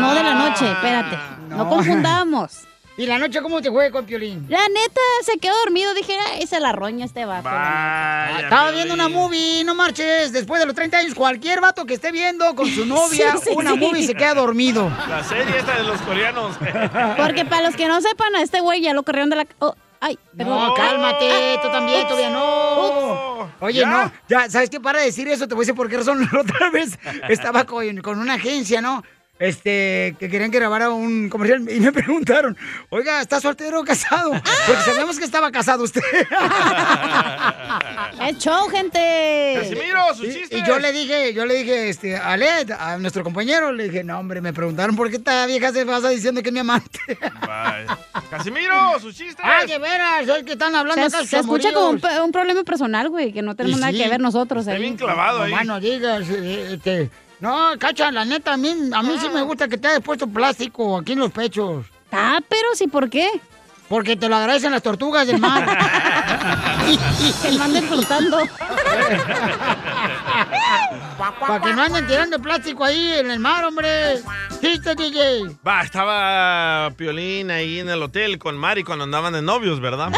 S5: No de la noche, espérate. No, confundamos.
S1: ¿Y la noche cómo te fue con Piolín?
S5: La neta, se quedó dormido. Dije, "Ay, se la roña este vato.
S1: Ah, Estaba viendo una movie, no marches. Después de los 30 años, cualquier vato que esté viendo con su novia
S5: Sí, sí,
S1: una
S5: sí.
S1: movie se queda dormido.
S3: La serie esta de los coreanos.
S5: Porque para los que no sepan, a este güey ya lo corrieron de la... oh, ay, perdón. Ah,
S1: No, cálmate, tú también,
S5: Ups.
S1: todavía no. Oye,
S5: ¿Ya?
S1: no, ya, ¿sabes qué? Para de decir eso, te voy a decir por qué razón. La otra vez estaba con, con una agencia, ¿no? Este, que querían que grabara un comercial y me preguntaron, oiga, ¿está soltero o casado? Porque sabíamos que estaba casado usted.
S5: ¡Es show, gente!
S1: ¡Casimiro, sus chistes! Y yo le dije, yo le dije, este, a Led, a nuestro compañero, le dije, no, hombre, me preguntaron por qué esta vieja se pasa diciendo que es mi amante.
S3: Vaya. Casimiro, sus chistes.
S1: Ay, de veras, es que están hablando
S5: Se,
S1: acá
S5: se escucha
S1: amoríos.
S5: como un, pe- un problema personal, güey, que no tenemos
S1: Y
S5: nada
S1: sí.
S5: que ver nosotros ¿eh? ahí.
S1: Nomás no digas, eh, este, no, cacha, la neta, a mí, a mí sí me gusta que te hayas puesto plástico aquí en los pechos.
S5: Ah, pero sí, ¿por qué?
S1: Porque te lo agradecen las tortugas del mar.
S5: que no anden flotando.
S1: Para que no anden tirando plástico ahí en el mar, hombre. Chiste, DJ.
S3: Va, estaba Piolín ahí en el hotel con Mari cuando andaban de novios, ¿verdad?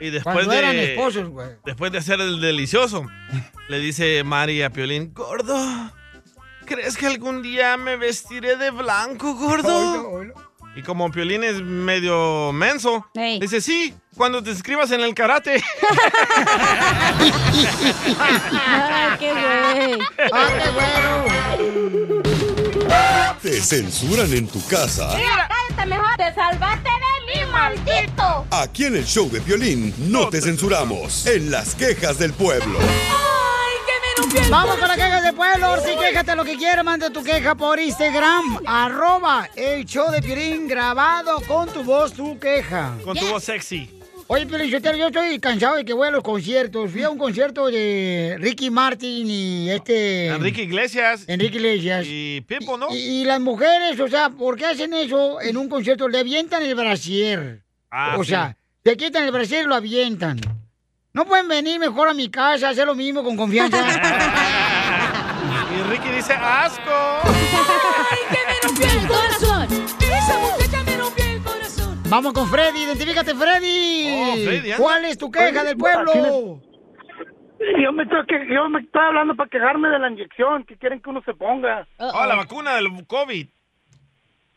S3: Y después
S1: Cuando eran
S3: de,
S1: esposos, güey.
S3: después de hacer el delicioso, le dice Mari a Piolín, gordo, ¿crees que algún día me vestiré de blanco, gordo? Y como Piolín es medio menso, dice, sí, cuando te inscribas en el karate.
S5: Ay, qué güey.
S3: Ah,
S1: Ay, qué
S9: Te censuran en tu casa.
S12: Mira, cállate mejor. Te salvaste de mí, maldito.
S9: Aquí en el show de violín no te censuramos. En las quejas del pueblo.
S1: Vamos con la queja de pueblo, sí, quéjate lo que quieras, manda tu queja por Instagram, arroba el show de Piolín, grabado con tu voz, tu queja.
S3: Con tu voz sexy.
S1: Oye, pero yo, te- yo estoy cansado de que voy a los conciertos. Fui a un concierto de Ricky Martin y este...
S3: Enrique Iglesias.
S1: Enrique Iglesias.
S3: Y Pipo, ¿no?
S1: Y, y las mujeres, o sea, ¿por qué hacen eso en un concierto? Le avientan el brasier.
S12: Ah,
S1: o
S12: sí.
S1: sea, te quitan el brasier y lo avientan. No pueden venir mejor a mi casa, hacer lo mismo con confianza.
S3: Y Ricky dice, asco.
S5: el corazón.
S12: Esa muchacha me rompió el corazón.
S1: Vamos con Freddy, identifícate Freddy.
S3: Oh,
S12: Freddy, anda.
S1: ¿Cuál es tu queja del pueblo?
S16: Yo me, estoy, que- yo me estoy hablando para quejarme de la inyección que quieren que uno se ponga.
S3: Oh, la vacuna del COVID.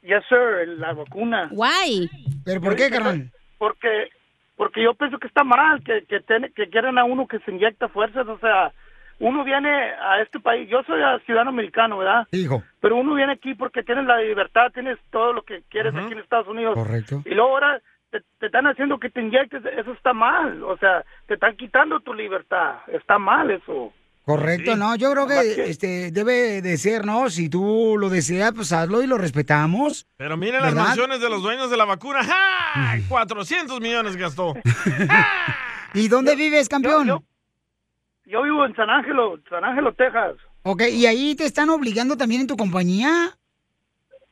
S16: Yes, sir, la vacuna.
S5: Guay.
S1: ¿Pero por qué, carnal?
S16: Porque, porque yo pienso que está mal que, que, tiene- que quieren a uno que se inyecta fuerzas. O sea, uno viene a este país. Yo soy ah, ciudadano americano, ¿verdad?
S1: Hijo.
S16: Pero uno viene aquí porque tienes la libertad, tienes todo lo que quieres aquí en Estados Unidos.
S1: Correcto.
S16: Y luego ahora te, te están haciendo que te inyectes. Eso está mal. O sea, te están quitando tu libertad. Está mal eso.
S1: Correcto, no, yo creo que este debe de ser, ¿no? Si tú lo deseas, pues hazlo y lo respetamos.
S3: Pero miren las
S1: ¿Verdad?
S3: mansiones de los dueños de la vacuna. ¡Ja! 400 millones gastó.
S1: ¿Y dónde vives, campeón?
S16: Yo vivo en San Ángelo, San Ángelo, Texas.
S1: Ok, ¿y ahí te están obligando también en tu compañía?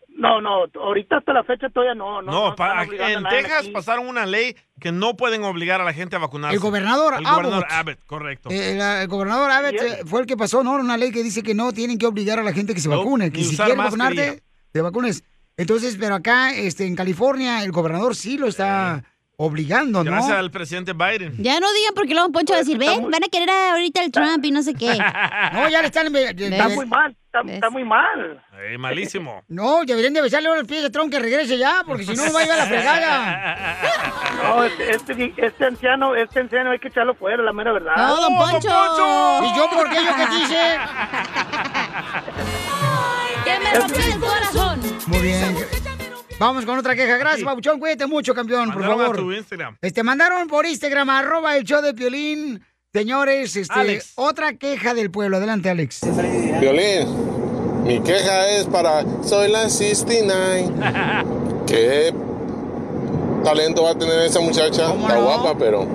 S16: No, no, ahorita hasta la fecha todavía no. No,
S3: No,
S16: no
S3: pa-
S16: están obligando a
S3: en
S16: nadie
S3: Texas
S16: aquí.
S3: pasaron una ley que no pueden obligar a la gente a vacunarse.
S1: El gobernador
S3: El gobernador
S1: Abbott.
S3: Abbott, correcto.
S1: Eh, el, el gobernador Abbott eh, fue el que pasó, ¿no? Una ley que dice que no tienen que obligar a la gente que se
S3: No,
S1: vacune, que
S3: ni
S1: si
S3: usar
S1: quieres
S3: mascarilla.
S1: vacunarte, te vacunes. Entonces, pero acá, este, en California, el gobernador sí lo está obligando, ¿no?
S3: Gracias al presidente Biden.
S5: Ya no digan porque luego Poncho va a decir, ven, van a querer a- ahorita el Trump y no sé qué.
S1: No, ya le están...
S5: Está muy
S16: mal, está, muy mal.
S3: Eh, malísimo.
S1: No, deberían de besarle ahora el pie de Trump que regrese ya, porque si no, va a ir a la fregada.
S16: No, este, este, este anciano, este anciano hay que echarlo fuera, la mera verdad.
S1: No, don Poncho. ¿Y yo por qué? ¿Yo qué quise?
S5: ¡Que me rompió el corazón!
S1: Muy bien. Vamos con otra queja. Gracias, Pabuchón. Cuídate mucho, campeón,
S3: Mandaron
S1: por
S3: a tu
S1: favor.
S3: Instagram.
S1: Este, mandaron por Instagram, arroba el show de Piolín. Señores, este,
S17: Alex.
S1: otra queja del pueblo. Adelante, Alex.
S17: Violín, mi queja es para Soy la 69. ¿Qué talento va a tener esa muchacha? Está guapa, pero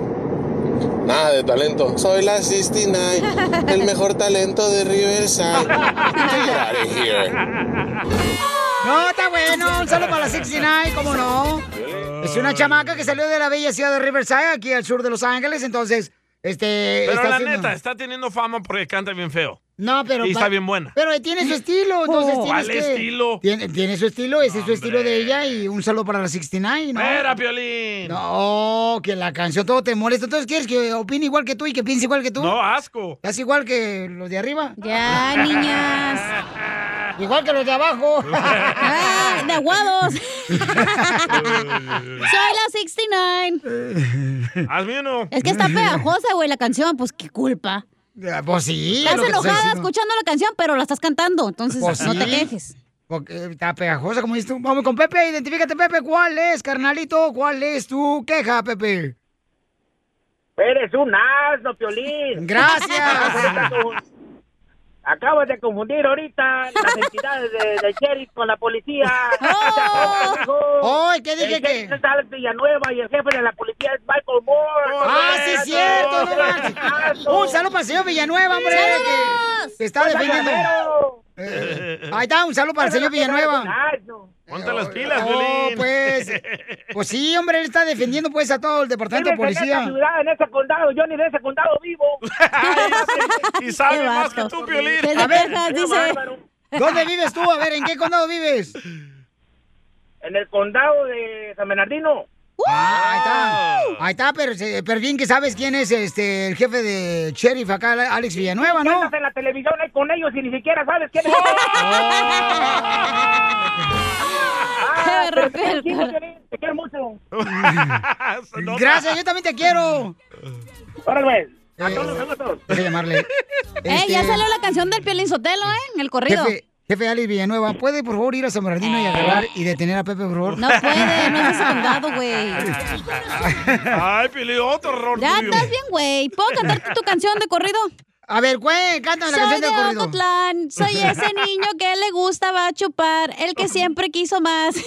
S17: nada de talento. Soy la 69, el mejor talento de Riverside. Get out of here.
S1: No, está bueno. Un saludo para la 69, cómo no. Es una chamaca que salió de la bella ciudad de Riverside, aquí al sur de Los Ángeles. Entonces, este.
S3: Pero
S1: está
S3: la
S1: haciendo-
S3: neta, está teniendo fama porque canta bien feo.
S1: No, pero.
S3: Y
S1: va-
S3: está bien buena.
S1: Pero tiene su estilo, entonces
S3: Oh,
S1: tienes
S3: ¿cuál
S1: que-
S3: estilo?
S1: Tiene, tiene su estilo, ese es su estilo de ella y un saludo para la 69, ¿no?
S3: Espera, Piolín.
S1: No, que la canción todo te molesta. Entonces, ¿quieres que opine igual que tú y que piense igual que tú?
S3: No, asco.
S1: ¿Estás igual que los de arriba?
S5: Ya, niñas.
S1: Igual que los de abajo.
S5: Ah, de aguados. Soy la 69.
S3: Hazme uno.
S5: Es que está pegajosa, güey, la canción. Pues qué culpa.
S1: Ah, Pues sí.
S5: Estás
S1: lo que te estoy
S5: enojada
S1: diciendo.
S5: escuchando la canción, pero la estás cantando. Entonces,
S1: Pues
S5: no
S1: sí.
S5: te quejes. Eh,
S1: Porque está pegajosa, como dices tú. Vamos con Pepe, identifícate, Pepe. ¿Cuál es, carnalito? ¿Cuál es tu queja, Pepe?
S18: Eres un asno, Piolín.
S1: Gracias.
S18: Acabas de confundir ahorita las entidades de, de sheriff con la policía.
S1: ¡Oh! ¿Qué dije
S18: el
S1: que?
S18: sheriff es Alex Villanueva y el jefe de la policía es Michael Moore.
S1: ¡Ah, sí, es cierto! no
S18: ¡Correcto!
S1: marches. Un saludo para el señor Villanueva, hombre.
S18: ¡Saludos!
S1: Que se está
S18: ¡Fuerza,
S1: defendiendo.
S18: guerrero!
S1: Eh, ahí está, un saludo para el señor Villanueva.
S3: Ponte las pilas,
S1: Oh,
S3: Piolín.
S1: pues. Pues sí, hombre, él está defendiendo pues a todo el departamento de
S18: Vives En
S1: policía.
S18: esa ciudad, en ese condado, yo ni de ese condado vivo.
S3: y
S1: sabe Qué más que vato. tú, Piolín. Desde Texas,
S18: qué
S1: dice.
S18: bárbaro.
S1: ¿Dónde vives tú? A ver, ¿en qué condado vives?
S18: En el condado de San Bernardino.
S1: Ah, ahí está. Ahí está, pero, se- pero bien que sabes quién es este el jefe de sheriff acá, Alex Villanueva, ¿no? Oh.
S18: Andas en la televisión ahí con ellos y ni siquiera sabes quién es. Ah, pero te quiero, Piolín, te quiero mucho.
S1: Gracias, yo también te quiero.
S18: Órale,
S1: a
S18: todos, a todos.
S1: Voy a llamarle.
S5: Eh, ya
S1: Este,
S5: salió la canción del Piolín Sotelo, ¿eh? En el corrido.
S1: Jefe, jefe Alex Villanueva, ¿puede por favor ir a San Bernardino y agarrar y detener a Pepe, por favor?
S5: Eh. No puede, Eh, no es ese condado, güey.
S3: Ay, Piolín, otro error
S5: Ya
S3: tuyo.
S5: estás bien, güey. ¿Puedo cantar tu canción de corrido?
S1: A ver, güey, cántame
S5: la
S3: canción de corrido.
S5: Ocotlán, soy ese niño que le gusta va a chupar, el que siempre quiso más.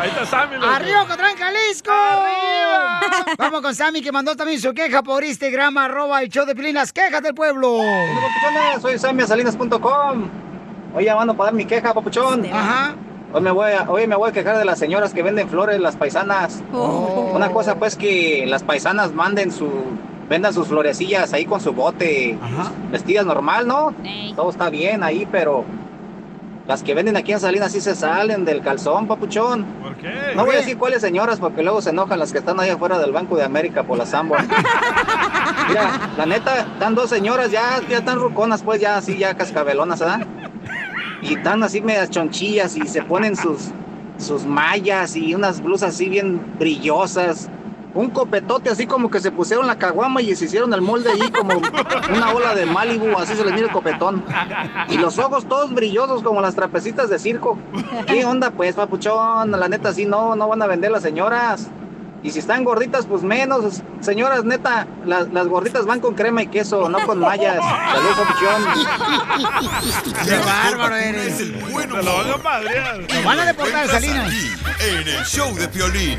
S3: Ahí está Sammy. loco.
S1: ¡Arriba, Cotlán, Jalisco! ¡Arriba! Vamos con Sammy, que mandó también su queja por Instagram, arroba el show de Pilín, las quejas del pueblo.
S19: Soy samiasalinas.com. Hoy llamando para dar mi queja, papuchón.
S1: Ajá.
S19: Hoy me, voy a, hoy me voy a quejar de las señoras que venden flores, las paisanas. Una cosa pues que las paisanas manden su, vendan sus florecillas ahí con su bote, vestidas normal, ¿no? Todo está bien ahí, pero las que venden aquí en Salinas sí se salen del calzón, papuchón.
S3: ¿Por qué?
S19: No voy a decir cuáles señoras porque luego se enojan las que están ahí afuera del Banco de América por las ambas. Mira, la neta, están dos señoras ya, ya están ruconas, pues ya así, ya cascabelonas, ¿verdad? Y están así medias chonchillas y se ponen sus, sus mallas y unas blusas así bien brillosas. Un copetote así como que se pusieron la caguama y se hicieron el molde ahí como una ola de Malibu, así se les mira el copetón. Y los ojos todos brillosos como las trapecitas de circo. ¿Qué onda pues, papuchón? La neta, sí, no, no van a vender las señoras. Y si están gorditas, pues menos. Señoras, neta, la- las gorditas van con crema y queso, no con mallas. Saludos, papuchón.
S1: ¡Qué bárbaro eres!
S9: Es el buen
S3: Te lo van a
S9: humor.
S3: madrear.
S9: Y lo encuentras aquí, En el show de Piolín.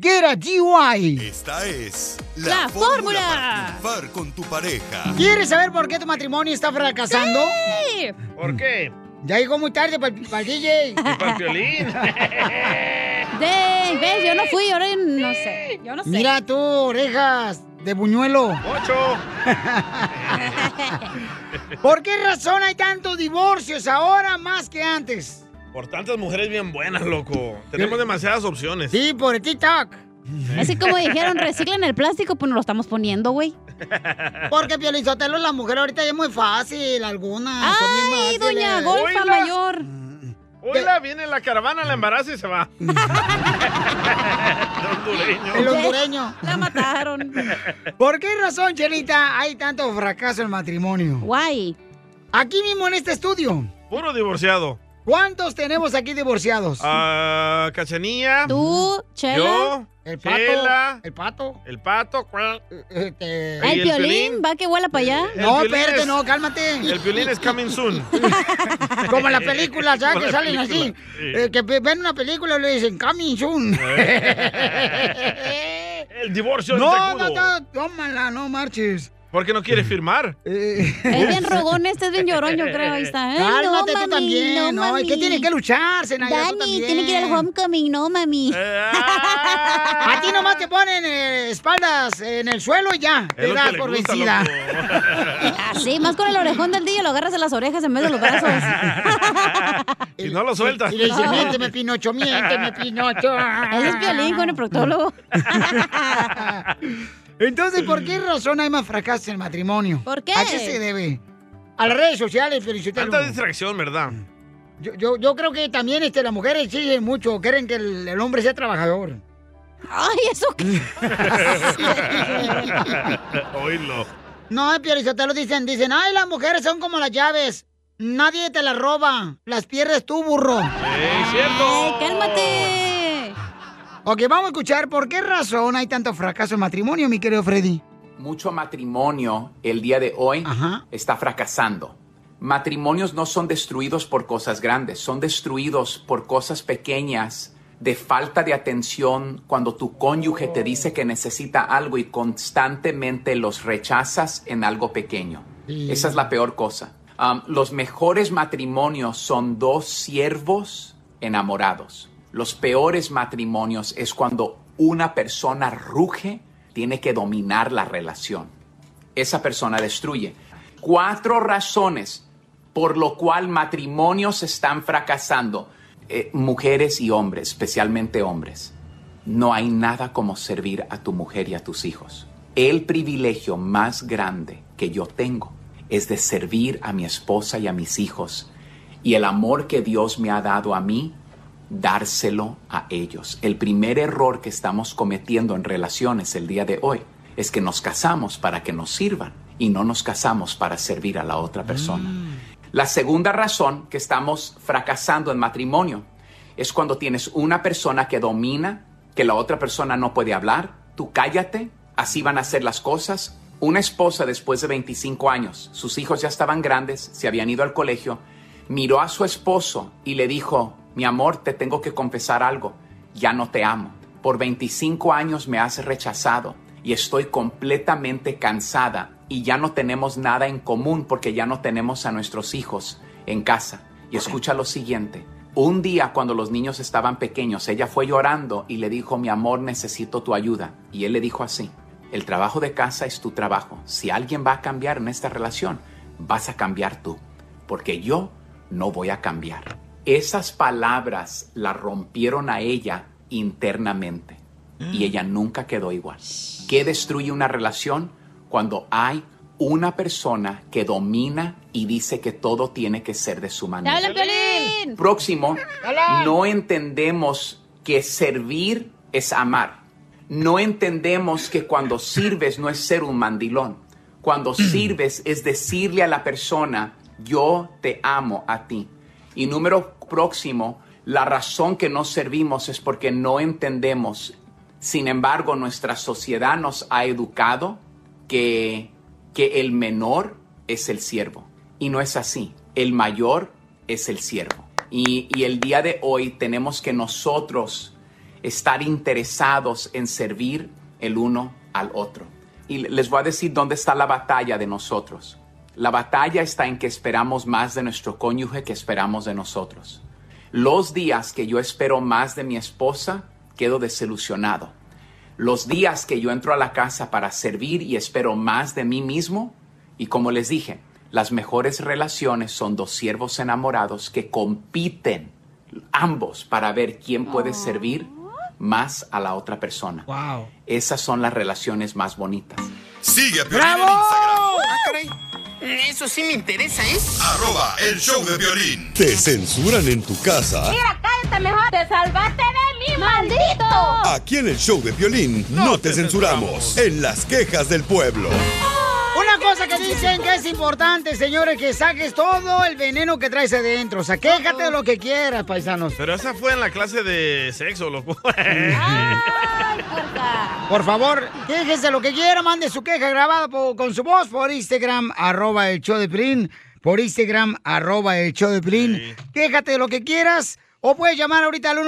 S1: Get a GY.
S9: Esta es la, fórmula para triunfar con tu pareja.
S1: ¿Quieres saber por qué tu matrimonio está fracasando?
S3: ¿Por qué?
S1: Ya llegó muy tarde para el DJ.
S3: Para el violín.
S5: Dang, ¿Ves? Yo no fui, ahora yo no sé. Yo no sé.
S1: Mira tú, orejas de buñuelo.
S3: Ocho.
S1: ¿Por qué razón hay tantos divorcios ahora más que antes?
S3: Por tantas mujeres bien buenas, loco. Tenemos demasiadas opciones.
S1: Sí, por el TikTok.
S5: Así como dijeron, reciclen el plástico, pues nos lo estamos poniendo, güey.
S1: Porque Piolizotelo, la mujer ahorita ya es muy fácil, algunas. son bien
S5: Ay,
S1: fáciles.
S5: doña Golfa
S3: Oiga.
S5: Mayor.
S3: Hola, viene la caravana, la embaraza y se va. hondureño.
S1: El hondureño.
S5: La mataron.
S1: ¿Por qué razón, Chelita, hay tanto fracaso en el matrimonio?
S5: Guay.
S1: Aquí mismo en este estudio,
S3: Puro divorciado.
S1: ¿cuántos tenemos aquí divorciados?
S3: Ah, Cachanilla.
S5: Tú,
S3: Yo.
S1: El pato.
S3: Chela.
S1: El pato. Este,
S3: El pato. cuac.
S5: Ay,
S3: Y
S5: el violín, va que vuela para allá.
S3: El No, Piolín espérate, es- no,
S1: cálmate.
S3: El violín es coming soon.
S1: Como en las películas, ya
S3: Como
S1: que
S3: la
S1: salen así.
S3: película, sí.
S1: Eh, que ve- ven una película y le dicen, coming soon.
S3: Eh. El divorcio es
S1: no, no,
S3: tejudo.
S1: no, tómala, no marches. Eh,
S3: ¿Por qué no quieres firmar?
S5: Es bien rogón, este es bien llorón, yo creo, ahí está. Ay,
S1: Cálmate
S5: no,
S1: tú
S5: mami,
S1: también,
S5: no,
S1: no, es que
S5: mami.
S1: tiene que luchar, Zenaya, tú
S5: Dani,
S1: también.
S5: tiene que ir al homecoming, no, mami.
S3: Eh, ah.
S1: A ti nomás te ponen eh, espaldas en el suelo y ya, te das por vencida.
S5: Así, más con el orejón del día, lo agarras en las orejas en vez de los brazos.
S3: Y no lo sueltas.
S1: Y le dice, miénteme, Pinocho, miénteme, Pinocho.
S5: Ese es Piolín con el proctólogo.
S1: Entonces, ¿por qué razón hay más fracasos en el matrimonio?
S5: ¿Por qué?
S1: ¿A qué se debe? A las redes sociales, felicitelo.
S3: Tanta distracción, ¿verdad?
S1: Yo, yo, yo creo que también este, las mujeres exigen mucho, quieren que el, el hombre sea trabajador.
S5: Ay, eso
S3: Oílo.
S1: No, lo dicen, dicen, ay, las mujeres son como las llaves. Nadie te las roba, las pierdes tú, burro.
S3: Es cierto.
S5: cálmate!
S1: Ok, vamos a escuchar por qué razón hay tanto fracaso en matrimonio, mi querido Freddy.
S20: mucho matrimonio el día de hoy está fracasando. Matrimonios no son destruidos por cosas grandes, son destruidos por cosas pequeñas de falta de atención cuando tu cónyuge te dice que necesita algo y constantemente los rechazas en algo pequeño.
S21: Sí.
S20: Esa es la peor cosa. Um, los mejores matrimonios son dos siervos enamorados. Los peores matrimonios es cuando una persona ruge, tiene que dominar la relación. Esa persona destruye. Cuatro razones por lo cual matrimonios están fracasando. Eh, mujeres y hombres, especialmente hombres. No hay nada como servir a tu mujer y a tus hijos. El privilegio más grande que yo tengo es de servir a mi esposa y a mis hijos. Y el amor que Dios me ha dado a mí, dárselo a ellos. El primer error que estamos cometiendo en relaciones el día de hoy es que nos casamos para que nos sirvan y no nos casamos para servir a la otra persona. La segunda razón que estamos fracasando en matrimonio es cuando tienes una persona que domina, que la otra persona no puede hablar, tú cállate, así van a ser las cosas. Una esposa después de 25 años, sus hijos ya estaban grandes, se habían ido al colegio, miró a su esposo y le dijo, mi amor, te tengo que confesar algo, ya no te amo. Por 25 años me has rechazado y estoy completamente cansada y ya no tenemos nada en común porque ya no tenemos a nuestros hijos en casa. Y escucha lo siguiente. Un día cuando los niños estaban pequeños, ella fue llorando y le dijo, mi amor, necesito tu ayuda. Y él le dijo así, el trabajo de casa es tu trabajo. Si alguien va a cambiar en esta relación, vas a cambiar tú porque yo no voy a cambiar. Esas palabras la rompieron a ella internamente y ella nunca quedó igual. ¿Qué destruye una relación? Cuando hay una persona que domina y dice que todo tiene que ser de su
S5: ¡Te
S20: manera.
S5: hablan, Piolín!
S20: Próximo,
S5: Hola.
S20: no entendemos que servir es amar. no entendemos que cuando sirves no es ser un mandilón. Cuando sirves es decirle a la persona, yo te amo a ti. Y número próximo, la razón que no servimos es porque no entendemos. Sin embargo, nuestra sociedad nos ha educado que, que el menor es el siervo. Y no es así. El mayor es el siervo. Y, y el día de hoy tenemos que nosotros estar interesados en servir el uno al otro. Y les voy a decir dónde está la batalla de nosotros. La batalla está en que esperamos más de nuestro cónyuge que esperamos de nosotros. Los días que yo espero más de mi esposa, quedo desilusionado. Los días que yo entro a la casa para servir y espero más de mí mismo, y como les dije, las mejores relaciones son dos siervos enamorados que compiten ambos para ver quién puede servir más a la otra persona. Esas son las relaciones más bonitas.
S9: Sigue a Piolín en Instagram.
S12: Ah, Eso sí me interesa, ¿eh?
S9: Arroba el show de violín. ¿Te censuran en tu casa?
S12: Mira, cállate mejor. Te salvaste de mí, maldito.
S9: Aquí en el show de violín no, te, censuramos. En las quejas del pueblo.
S1: Una cosa que dicen que es importante, señores, que saques todo el veneno que traes adentro. O sea, quéjate de lo que quieras, paisanos.
S3: Pero esa fue en la clase de sexo, loco.
S1: Ah. Por favor, quéjese lo que quiera, mande su queja grabada po- con su voz por Instagram, arroba el show de Plin, por Instagram, arroba el show de Plin. Quéjate de lo que quieras o puedes llamar ahorita al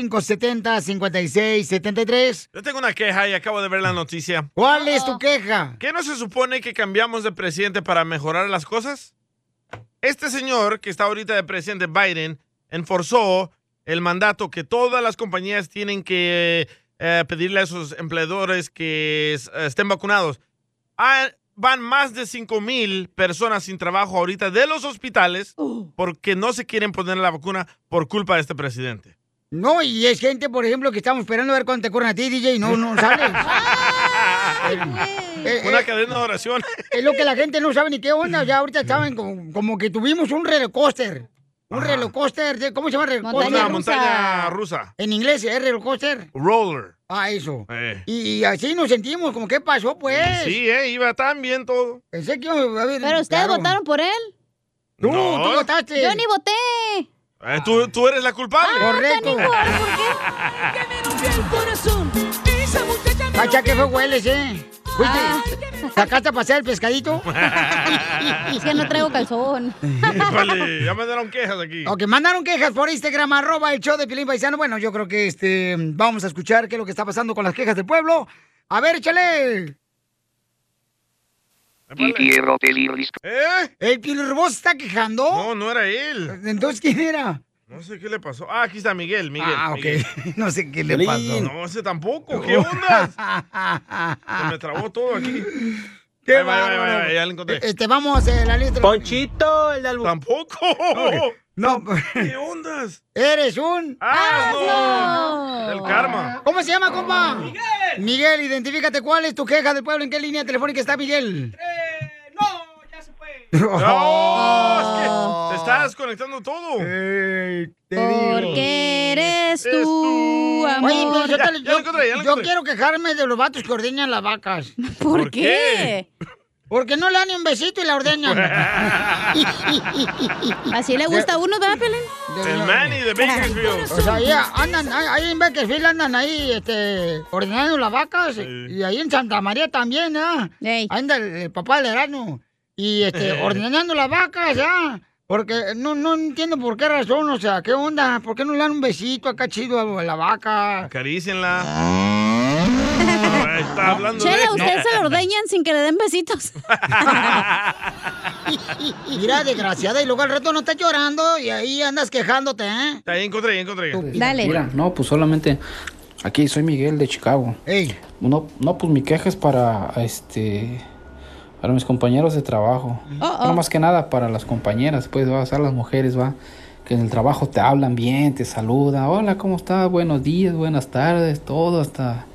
S1: 1855-570-5673.
S3: Yo tengo una queja y acabo de ver la noticia.
S1: ¿Cuál es tu queja?
S3: ¿Qué no se supone que cambiamos de presidente para mejorar las cosas? Este señor que está ahorita de presidente Biden enforzó el mandato que todas las compañías tienen que eh, pedirle a sus empleadores que es- eh, estén vacunados. Ah, van más de 5 mil personas sin trabajo ahorita de los hospitales
S1: Oh.
S3: porque no se quieren poner la vacuna por culpa de este presidente.
S1: No, y es gente, por ejemplo, que estamos esperando a ver cuándo te corren a ti, DJ, y no, no sale. Eh,
S3: Una
S1: eh,
S3: cadena de oración.
S1: Es lo que la gente no sabe ni qué onda. Ya ahorita estaban como, como que tuvimos un roller coaster. Un roller coaster. de- ¿Cómo se llama? roller
S3: Montaña
S1: coaster?
S3: Una montaña rusa.
S1: En inglés es roller coaster.
S3: Roller.
S1: Ah, eso.
S3: Eh.
S1: Y, y así nos sentimos, como qué pasó, pues.
S3: Sí, eh, iba tan bien todo.
S1: Pensé que íbamos a ver.
S5: Pero ustedes
S1: claro.
S5: votaron por él.
S3: Tú, No. tú
S1: votaste. Ah,
S5: Yo ni voté.
S3: Eh, tú, tú eres la culpable.
S1: Correcto. Cacha, que fue hueles, ¿eh? Fuiste,
S5: Ah.
S1: ¿Sacaste a pasear el pescadito?
S5: Es que no traigo calzón.
S3: Híjole, ya me dieron quejas aquí.
S1: Ok, mandaron quejas por Instagram, arroba el show de Pilín Paisano. Bueno, yo creo que este vamos a escuchar qué es lo que está pasando con las quejas del pueblo. A ver, échale.
S12: Y quiero pedirles
S1: ¿Eh? ¿El Pilirbo se está quejando? No,
S3: no era él.
S1: Entonces, ¿quién era?
S3: No sé qué le pasó. Ah, aquí está Miguel, Miguel.
S1: Ah, ok.
S3: Miguel.
S1: no sé qué le
S3: Piolín.
S1: pasó.
S3: No sé tampoco. ¿Qué onda? Se me trabó todo aquí. Ahí va, ahí va, ahí va,
S1: bárbaro.
S3: ya lo encontré.
S1: Este, vamos, eh, la letra.
S3: Ponchito, el de Tampoco. oh,
S1: No.
S3: ¿Qué ondas?
S1: Eres un...
S3: ¡Asno! El karma.
S1: ¿Cómo se llama, compa? Miguel. Miguel, identifícate cuál es tu queja del pueblo, en qué línea telefónica está Miguel.
S3: No, es que te estás desconectando todo.
S5: Porque eres tú, amor.
S1: Oye, pero yo, te- yo-
S5: pues, ya lo
S1: yo
S5: encontré.
S1: quiero quejarme de los vatos que ordeñan las vacas.
S5: ¿Por ¿Por qué?
S1: Porque no le dan ni un besito y la ordeñan.
S5: Así le gusta a uno, ¿verdad, Pelín?
S3: El Manny de Bakersfield.
S1: O sea, ahí andan, ahí, ahí en Bakersfield andan ahí este, ordenando las vacas. Y ahí en Santa María también, ¿ah? Anda el, el papá del Erasmo. Y este, ordenando las vacas, ¿ah? Porque no, no entiendo por qué razón, o sea, ¿qué onda? ¿Por qué no le dan un besito acá chido a la vaca?
S3: Acarícienla. Ah, Está hablando de
S5: Chela,
S3: eso.
S5: ustedes se lo ordeñan sin que le den besitos.
S1: Mira, desgraciada, y luego al rato no estás llorando y ahí andas quejándote, ¿eh?
S3: Ahí encontré, ahí encontré.
S21: Mira, no, pues solamente aquí soy Miguel de Chicago. No, no, pues mi queja es para este para mis compañeros de trabajo.
S12: Oh, oh.
S21: No más que nada para las compañeras, pues va, o sea, las mujeres va que en el trabajo te hablan bien, te saluda, hola, ¿cómo estás? Buenos días, buenas tardes, todo hasta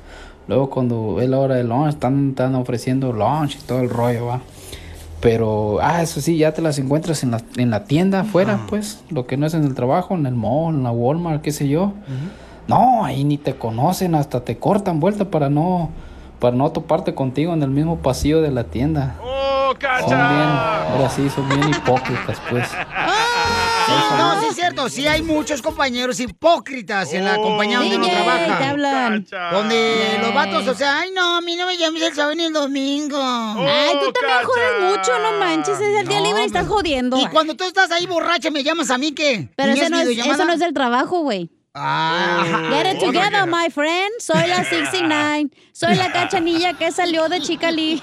S21: luego cuando es la hora del lunch, están, están ofreciendo lunch y todo el rollo, va. Pero, ah, eso sí, ya te las encuentras en la, en la tienda afuera, pues, lo que no es en el trabajo, en el mall, en la Walmart, qué sé yo. No, ahí ni te conocen, hasta te cortan vuelta para no, para no toparte contigo en el mismo pasillo de la tienda.
S3: ¡Oh,
S21: Son bien, ahora sí, son bien hipócritas, pues.
S1: Sí, no, sí es cierto. Sí hay muchos compañeros hipócritas en la compañía donde no
S5: DJ,
S1: trabaja.
S5: te hablan.
S1: Donde
S5: Yeah.
S1: los vatos, o sea, ay, no, a mí no me llames el sábado ni
S5: Oh,
S1: el domingo.
S5: Ay, tú también jodes mucho, no manches, es el día
S1: No,
S5: libre y estás jodiendo.
S1: Y cuando tú estás ahí borracha, me llamas a mí, ¿qué?
S5: Pero
S1: ¿Ni
S5: ese
S1: es
S5: no es,
S1: videollamada? Ah.
S5: eso no es del trabajo, güey. Get it together, my friend. Soy la 69. Soy la cachanilla que salió de Chicali.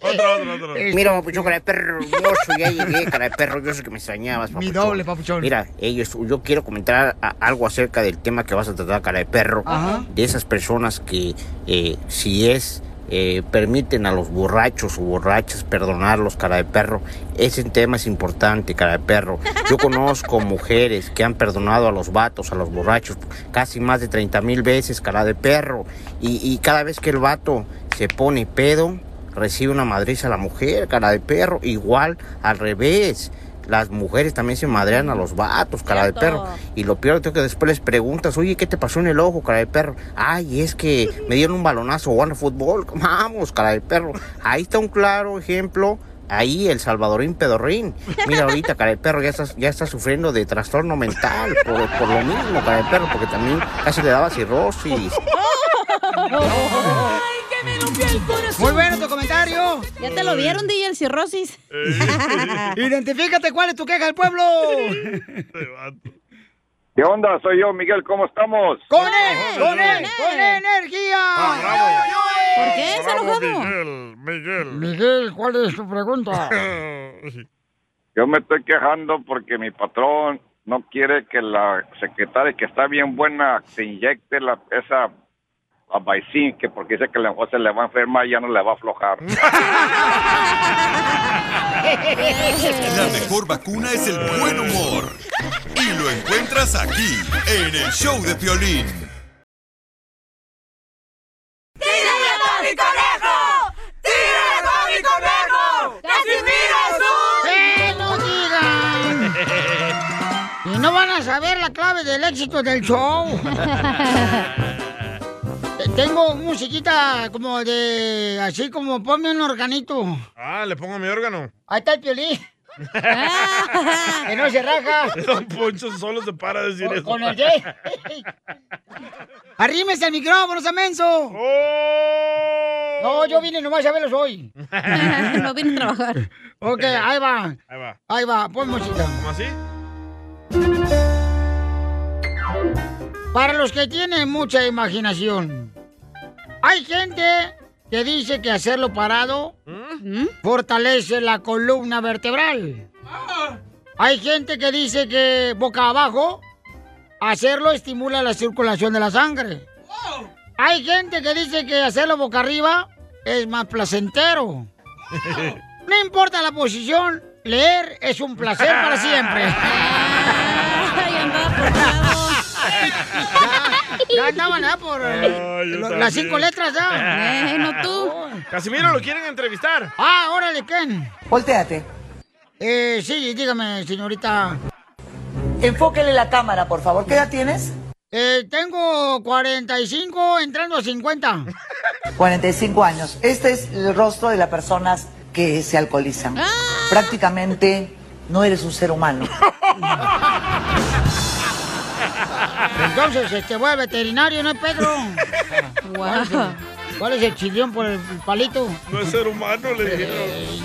S3: Otro, otro, otro.
S22: Mira, papuchón, cara de perro, yo soy ya llegué, cara de perro, yo sé que me extrañabas, papuchón.
S1: doble, papuchón.
S22: Mira, ellos, yo quiero comentar a- algo acerca del tema que vas a tratar, cara de perro.
S1: Ajá.
S22: De esas personas que, eh, si es, eh, permiten a los borrachos o borrachas perdonarlos, cara de perro. Ese tema es importante, cara de perro. Yo conozco mujeres que han perdonado a los vatos, a los borrachos, casi más de 30 mil veces, cara de perro. Y, y cada vez que el vato se pone pedo, recibe una madriza a la mujer, cara de perro, igual al revés. Las mujeres también se madrean a los vatos, cara de perro. Y lo peor es que después les preguntas, oye, ¿qué te pasó en el ojo, cara de perro? Ay, es que me dieron un balonazo jugando fútbol. Vamos, cara de perro. Ahí está un claro ejemplo. Ahí el salvadorín pedorrín. Mira ahorita, cara de perro, ya está, ya está sufriendo de trastorno mental por, por lo mismo, cara de perro, porque también casi le daba cirrosis.
S1: Muy bueno tu comentario.
S5: Ya te lo vieron, DJ, el cirrosis. Eh.
S1: Identifícate cuál es tu queja del pueblo.
S23: Este ¿Qué onda? Soy yo, Miguel. ¿Cómo estamos?
S1: ¡Con él! ¡Con él! ¡Con energía!
S5: Ah,
S1: ¿Por qué es
S23: Bravo,
S1: enojado?
S23: Miguel, Miguel.
S1: Miguel, ¿cuál es tu pregunta?
S23: Yo me estoy quejando porque mi patrón no quiere que la secretaria, que está bien buena, se inyecte la, esa la vaicín, que porque dice que la mejor se le va a enfermar y ya no le va a aflojar.
S1: Mm.
S9: La mejor vacuna es el buen humor. Y lo encuentras aquí, en el show de Piolín.
S1: ¡Que lo digan! Y no van a saber la clave del éxito del show. Eh, Tengo musiquita como de... Así como ponme un organito.
S3: Ah, le pongo mi órgano.
S1: Ahí está el piolín. que no se raja.
S3: Don Poncho solo se para de decir eso.
S1: Con el J. Arrímese al micrófono, Samenso. No, yo vine nomás a verlos hoy.
S5: Oh. no vine a trabajar.
S1: Ok, ahí va.
S3: Ahí va.
S1: Ahí va, pon música.
S3: ¿Cómo así?
S1: Para los que tienen mucha imaginación, hay gente que dice que hacerlo parado fortalece la columna vertebral. Hay gente que dice que boca abajo hacerlo estimula la circulación de la sangre. Hay gente que dice que hacerlo boca arriba es más placentero. No importa la posición, leer es un placer para siempre. ya, ya andaban ¿ah? por eh,
S3: Ay, yo
S1: lo-
S3: también.
S1: las cinco letras ya. no tú.
S3: Casimiro, lo quieren entrevistar.
S1: Ah, órale, Ken. Volteate. Eh, sí, dígame, señorita. Enfóquele la cámara, por favor. ¿Qué edad tienes? Eh, tengo 45 entrando a 50.
S24: 45 años. Este es el rostro de las personas que se alcoholizan. Prácticamente no eres un ser humano.
S1: Entonces, este, voy al veterinario, ¿no es Pedro? ¿Cuál es el, cuál es el chillón por el palito?
S3: No es ser humano, le dijeron.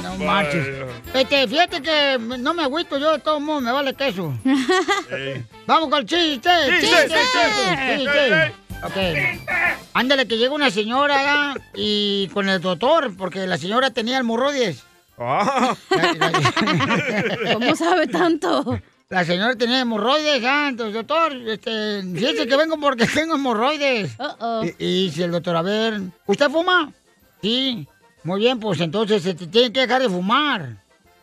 S1: No
S3: Vaya.
S1: marches. Este, fíjate que no me agüito yo, de todo modo me vale queso.
S3: Ey.
S1: Vamos con el chiste.
S12: Chiste, chiste, chiste.
S1: Ok. Ándale, que llega una señora ya, y con el doctor, porque la señora tenía almorroides. ¿Cómo sabe tanto? La señora tenía hemorroides, ah, entonces, doctor, este, fíjese que vengo porque tengo hemorroides. Y, y dice el doctor, a ver, ¿usted fuma? Sí. Muy bien, pues entonces este, tiene que dejar de fumar.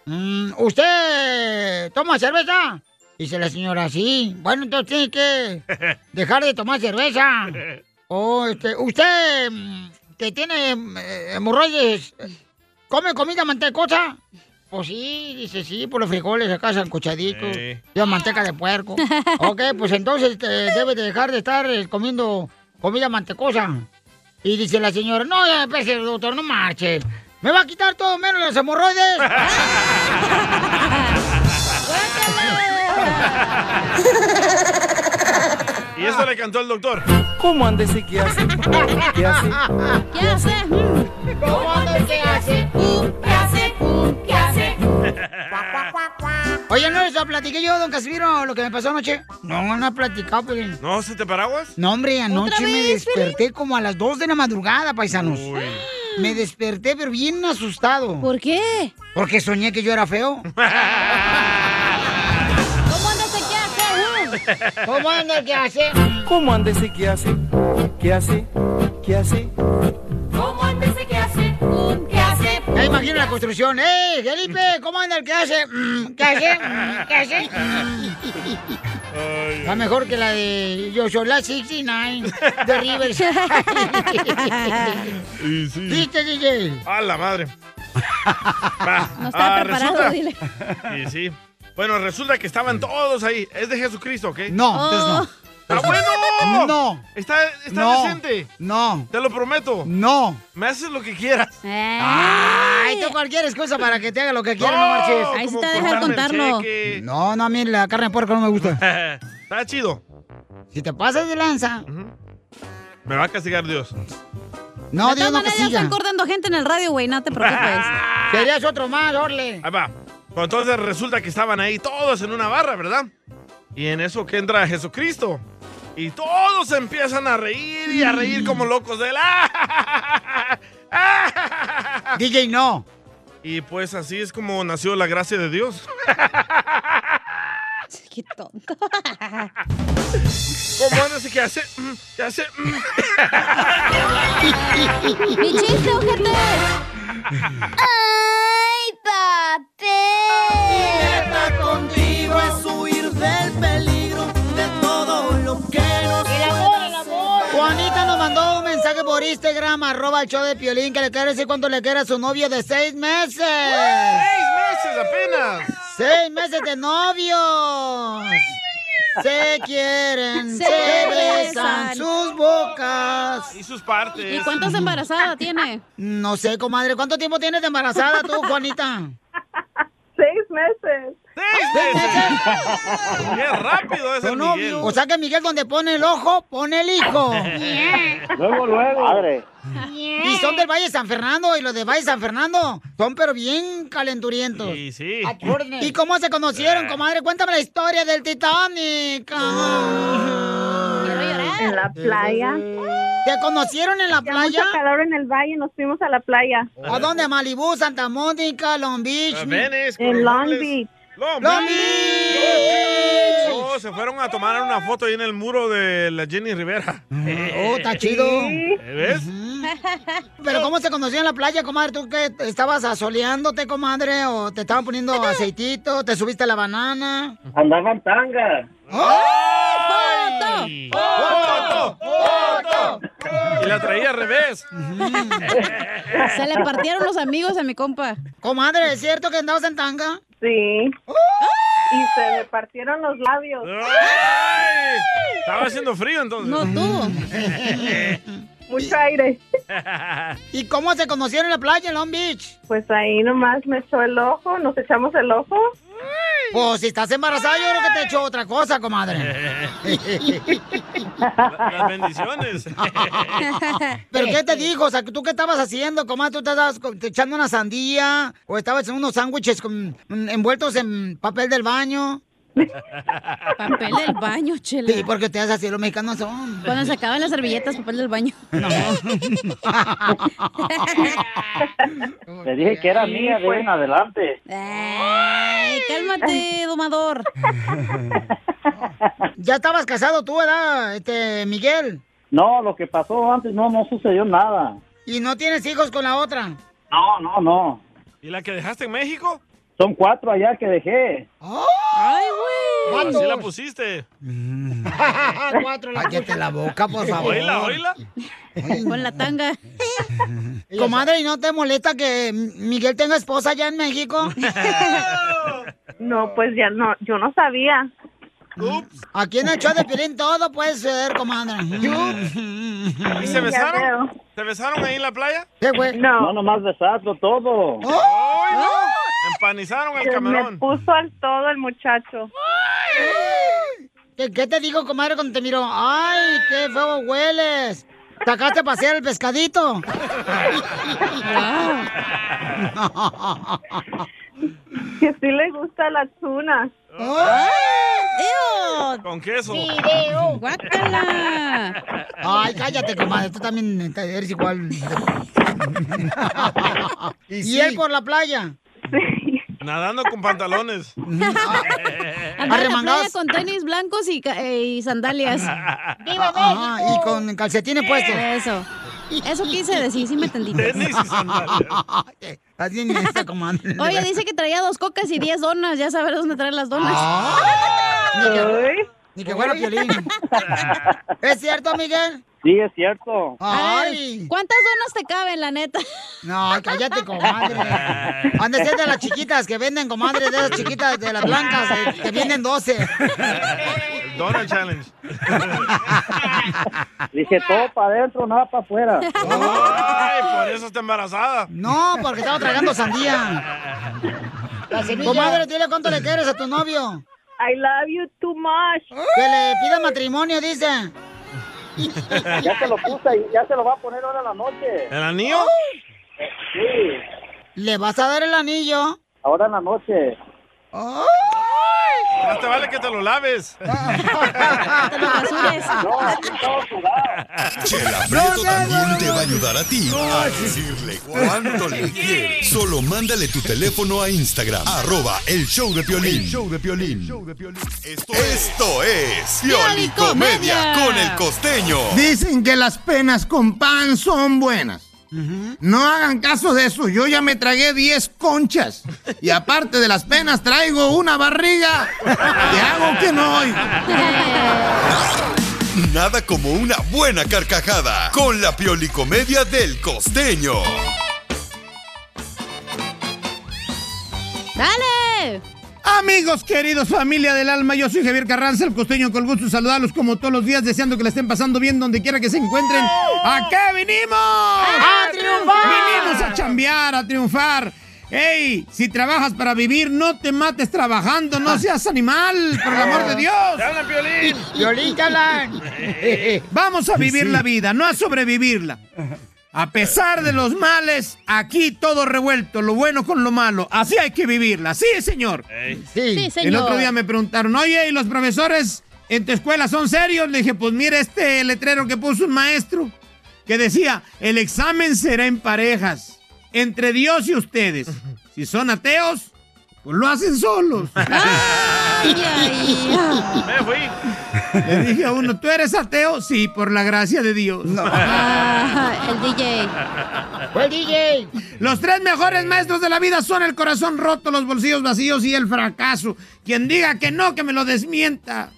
S1: Mm, ¿Usted toma cerveza? Dice la señora, sí. Bueno, entonces tiene que dejar de tomar cerveza. O, este, ¿usted mm, que tiene mm, eh, hemorroides come comida mantecosa? Pues sí, dice sí, por los frijoles acá sancochaditos.
S12: Sí.
S1: Yo manteca de puerco. ok, pues entonces eh, debes de dejar de estar eh, comiendo comida mantecosa. Y dice la señora, no, ya, espérese, doctor, no marche. Me va a quitar todo menos los hemorroides.
S3: Y eso le cantó el doctor.
S18: ¿Cómo andes y qué hace?
S3: ¿Qué hace?
S12: ¿Qué hace? ¿Cómo andes qué hace? ¿Qué hace? ¿Qué hace?
S1: Oye, ¿no les platiqué yo, don Casimiro, lo que me pasó anoche? No, no he platicado, Pelín.
S3: ¿No se te paraguas?
S1: No, hombre, anoche me desperté como a las 2 de la madrugada, paisanos. Me desperté, pero bien asustado. ¿Por qué? Porque soñé que yo era feo.
S12: ¿Cómo andes y qué hace? ¿Cómo andes qué hace? ¿Cómo andes y qué hace? ¿Qué hace? ¿Qué hace?
S1: ¿Cómo antes qué hace?
S12: ¿Qué hace?
S1: Ya imagino la construcción. ¡Eh, Felipe! ¿Cómo anda el que hace? Mm, ¿Qué hace? Mm, ¿Qué hace? Está mejor que la de Yo soy la 69 de Rivers.
S3: Y sí.
S1: ¿Viste, DJ?
S3: ¡A la madre! Ah,
S5: No estaba preparado, dile.
S3: Y sí. Bueno, resulta que estaban todos ahí. Es de Jesucristo, ¿ok?
S1: No, entonces
S3: no. ¡Está bueno!
S1: No.
S3: Está, está
S1: No.
S3: decente.
S1: No.
S3: Te lo prometo.
S1: No.
S3: Me haces lo que quieras.
S1: Ay, tú cualquier excusa para que te haga lo que quieras, no,
S3: No,
S1: marches.
S3: Ahí sí como te deja de cortarme el contarlo. cheque.
S1: No, no, a mí la carne de puerco no me gusta.
S3: Está chido.
S1: Si te pasas de lanza.
S3: Me va a castigar Dios.
S1: No,
S5: de
S1: Dios
S5: todas
S1: no
S5: maneras ya
S1: castiga.
S5: están cortando gente en el radio, güey. No te preocupes.
S1: Serías otro más, orle.
S3: Ahí va. Bueno, entonces resulta que estaban ahí todos en una barra, ¿verdad? Y en eso que entra Jesucristo. Y todos empiezan a reír y a reír como
S1: Mm.
S3: locos de la.
S1: DJ no.
S3: Y pues así es como nació la gracia de Dios.
S5: Qué tonto. Ah,
S3: ¿Cómo andas y qué hace? Mm, ¿Qué hace? Mm.
S12: ¡Mi chiste, ojete! ¡Ay, papel! Meta contigo es huir del peligro de todo lo que nos... ¡El amor, el amor!
S1: Juanita nos mandó un mensaje por Instagram, arroba el show de Piolín, que le quiere decir cuánto le quiere a su novio de seis meses. ¡Seis meses
S3: apenas!
S1: ¡Seis meses de novios! Se quieren, se,
S5: Se
S1: besan
S5: besan.
S1: sus bocas.
S3: Y sus partes.
S5: ¿Y cuántas embarazadas tiene?
S1: No sé, comadre. ¿Cuánto tiempo tienes de embarazada tú, Juanita?
S6: Seis meses.
S1: ¡Seis meses!
S3: ¡Qué rápido es
S1: Tu novio. O sea que Miguel, donde pone el ojo, pone el hijo.
S23: Luego, luego. Padre.
S1: Y son del Valle de San Fernando y los de Valle de San Fernando son pero bien calenturientos.
S3: Sí, sí. Eh.
S1: ¿Y cómo se conocieron, comadre? Cuéntame la historia del Titanic.
S6: En la playa.
S1: ¿Te conocieron en la
S6: playa? Mucho calor en el valle, nos fuimos a la playa.
S1: ¿A dónde? Malibú, Santa Mónica, Long Beach.
S3: Venice,
S6: En Long
S3: Corozales.
S6: Beach.
S3: Long
S1: Long
S3: Beach. Oh, se fueron a tomar una foto ahí en el muro de la Jenny Rivera.
S1: Oh, está chido.
S3: ¿Eh, ¿Ves?
S1: ¿Pero cómo se conocieron en la playa, comadre? ¿Tú que estabas asoleándote, comadre? ¿O te estaban poniendo aceitito? ¿Te subiste la banana?
S18: Andaban tanga.
S1: ¿Ah? ¡Ay!
S3: ¡Foto! ¡Foto! Y la traía al revés.
S5: Se le partieron los amigos a mi compa.
S1: Comadre, ¿es cierto que andabas en tanga?
S6: Sí. Y se me partieron los labios.
S3: Estaba haciendo frío entonces.
S6: No,
S3: tú.
S6: Mucho aire.
S1: ¿Y cómo se conocieron en la playa en Long Beach?
S6: Pues ahí nomás me echó el ojo, nos echamos el ojo.
S1: Pues si estás embarazada, yo creo que te echó otra cosa, comadre.
S3: Las bendiciones.
S1: ¿Pero qué te dijo? O sea, ¿tú qué estabas haciendo, comadre? ¿Tú te estabas co- te echando una sandía? ¿O estabas en unos sándwiches con- mm, envueltos en papel del baño?
S5: Papel del baño, chela.
S1: Sí, porque ustedes así los mexicanos son.
S5: Cuando se acaban las servilletas, papel del baño.
S4: Le dije que era
S5: Sí,
S4: mía de ahí
S5: pues.
S4: en adelante.
S5: Ay, cálmate, domador.
S1: ¿Ya estabas casado tú, verdad, este, Miguel?
S4: No, lo que pasó antes no, no sucedió nada.
S1: ¿Y no tienes hijos con la otra?
S4: No, no, no.
S3: ¿Y la que dejaste en México?
S1: ¡Oh!
S4: Son cuatro allá que dejé.
S1: ¡Ay,
S5: güey!
S3: Así la pusiste.
S1: Cuatro la Mm. Cállate la boca, por favor.
S3: Oíla, oíla.
S1: Con la tanga. Comadre, ¿y no te molesta que Miguel tenga esposa allá en México?
S6: No, pues ya no, yo no sabía.
S1: Aquí en el show de Piolín todo puede suceder, comadre.
S3: ¿Y se besaron? ¿Se besaron ahí en la playa?
S1: ¿Qué, Oh. güey?
S4: No, nomás desastre todo.
S3: ¡Ay, no! Empanizaron el
S6: ¡Ah! Se
S3: camarón.
S6: Me puso al todo el muchacho.
S1: ¿Qué, qué te digo, comadre, cuando te miro? ¡Ay, qué feo hueles! ¿Sacaste a pasear el pescadito?
S6: Que sí le gusta la tuna.
S3: Con queso.
S1: Video. Ah. Ay, cállate, comadre. Tú también eres igual. y él por la playa.
S3: Nadando con pantalones.
S1: Ah.
S5: Andaba en la playa con tenis blancos y, ca- eh, y sandalias.
S3: ¡Viva
S1: Ajá, y con calcetines puestos.
S5: Eso. Eso quise decir, sí me entendiste.
S1: Estás bien esta, comadre.
S5: Oye, dice que traía dos cocas y diez donas. Ya sabes dónde traer las donas.
S1: Ni que, ni que fuera Piolín. ¿Es cierto, Miguel?
S4: Sí, es cierto.
S1: Ay.
S5: ¿Cuántas donas te caben, la neta?
S1: No, cállate, comadre. Han de ser de las chiquitas que venden, comadre, de esas chiquitas,
S12: Ah.
S1: de las blancas, eh, que vienen 12.
S3: Donald Challenge.
S4: Dije todo para adentro, nada para afuera.
S3: Ay, por eso está embarazada.
S1: No, porque estaba tragando sandía. Comadre, dile cuánto le quieres a tu novio.
S6: I love you too much.
S1: Que le pida matrimonio, dice.
S4: Ya se lo puse y ya se lo va a poner ahora en la noche.
S3: ¿El anillo?
S4: Sí,
S1: ¿Le vas a dar el anillo?
S4: ahora en la noche.
S3: Más te vale que te lo laves.
S9: Chela Prieto también te va a ayudar a ti a decirle cuánto le quieres. Solo mándale tu teléfono a Instagram, arroba el show de Piolín.
S7: El
S9: show de Piolín. Esto es Pioli Comedia con el costeño.
S10: Dicen que las penas con pan son buenas. No hagan caso de eso. Yo ya me tragué 10 conchas. Y aparte de las penas, traigo una barriga. ¿Qué hago que no oigo?
S9: Nada como una buena carcajada con la Pioli Comedia del costeño.
S5: ¡Dale!
S10: Amigos, queridos, familia del alma, yo soy Javier Carranza, el costeño, con el gusto de saludarlos como todos los días, deseando que la estén pasando bien donde quiera que se encuentren. ¡Acá vinimos! ¡A
S12: triunfar!
S10: Vinimos a chambear, a triunfar. ¡Ey! Si trabajas para vivir, no te mates trabajando, no seas animal, por el amor de Dios.
S12: ¡Te hablan, Piolín!
S10: Violín, te hablan. Vamos a vivir la vida, no a sobrevivirla. A pesar de los males, aquí todo revuelto, lo bueno con lo malo. Así hay que vivirla. Sí, señor.
S1: Sí.
S12: Sí,
S10: El
S12: señor.
S10: otro día me preguntaron, oye, ¿y los profesores en tu escuela son serios? Le dije, pues mira este letrero que puso un maestro que decía, el examen será en parejas, entre Dios y ustedes. Si son ateos, pues lo hacen solos.
S3: Me fui.
S10: Le dije a uno, ¿tú eres ateo? Sí, por la gracia de Dios.
S12: Ah,
S5: el DJ.
S10: Fue
S1: Pues,
S10: el DJ. Los tres mejores maestros de la vida son el corazón roto, los bolsillos vacíos y el fracaso. Quien diga que no, que me lo desmienta.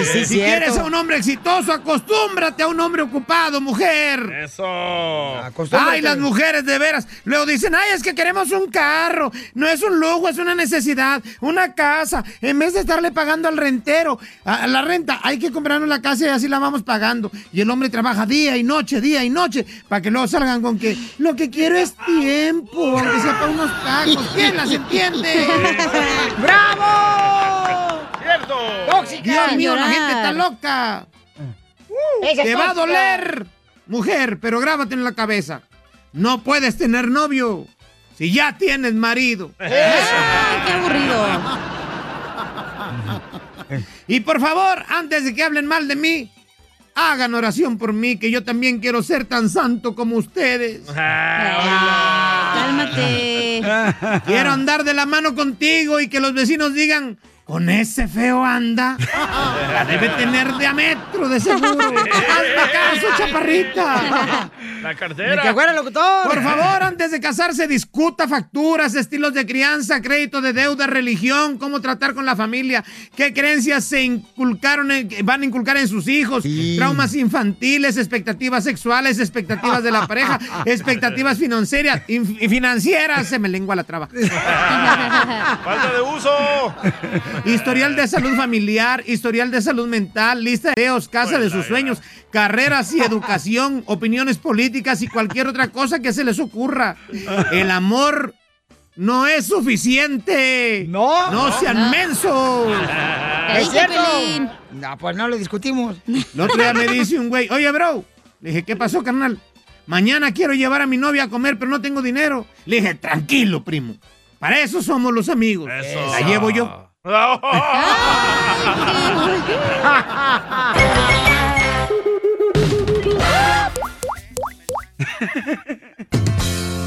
S12: Y sí,
S10: si
S12: cierto.
S10: quieres a un hombre exitoso, acostúmbrate a un hombre ocupado, mujer.
S3: Eso.
S10: Ay, las mujeres, de veras. Luego dicen, ay, es que queremos un carro. No es un lujo, es una necesidad. Una casa. En vez de estarle pagando al rentero, a a la renta, hay que comprarnos la casa y así la vamos pagando. Y el hombre trabaja día y noche, día y noche, para que luego salgan con que lo que quiero es tiempo, aunque sea para unos tacos. ¿Quién las entiende?
S1: ¡Bravo!
S3: ¡Cierto!
S10: ¡Tóxica! Dios mío, la gente está loca.
S1: Esa es
S10: Te va a
S1: tóxica.
S10: doler, mujer, pero grábate en la cabeza. No puedes tener novio si ya tienes marido. ¿Eh?
S5: Ah, ¡Qué aburrido!
S10: Y por favor, antes de que hablen mal de mí, hagan oración por mí, que yo también quiero ser tan santo como ustedes.
S3: Ah,
S5: Eh.
S10: Cálmate. Quiero andar de la mano contigo y que los vecinos digan, Con ese feo anda. La debe tener de a metro, de seguro. Hazme caso, chaparrita.
S3: La cartera.
S10: Ni que fuera locutor. Por favor, antes de casarse, discuta facturas, estilos de crianza, crédito de deuda, religión, cómo tratar con la familia, qué creencias se inculcaron, en- van a inculcar en sus hijos, traumas infantiles, expectativas sexuales, expectativas de la pareja, expectativas financieras, in- financieras, se me lengua la traba.
S3: ¡Falta de uso!
S10: Historial de salud familiar, historial de salud mental, lista de deseos, casa de sus sueños, carreras y educación, opiniones políticas y cualquier otra cosa que se les ocurra. El amor no es suficiente. No. No sean
S1: No.
S10: mensos.
S1: ¿Qué Es dice, cierto. Pelín? No, pues no lo discutimos.
S10: El otro día me dice un güey, oye, bro. Le dije, ¿qué pasó, carnal? Mañana quiero llevar a mi novia a comer, pero no tengo dinero. Le dije, tranquilo, primo. Para eso somos los amigos. La llevo yo.
S12: Ah,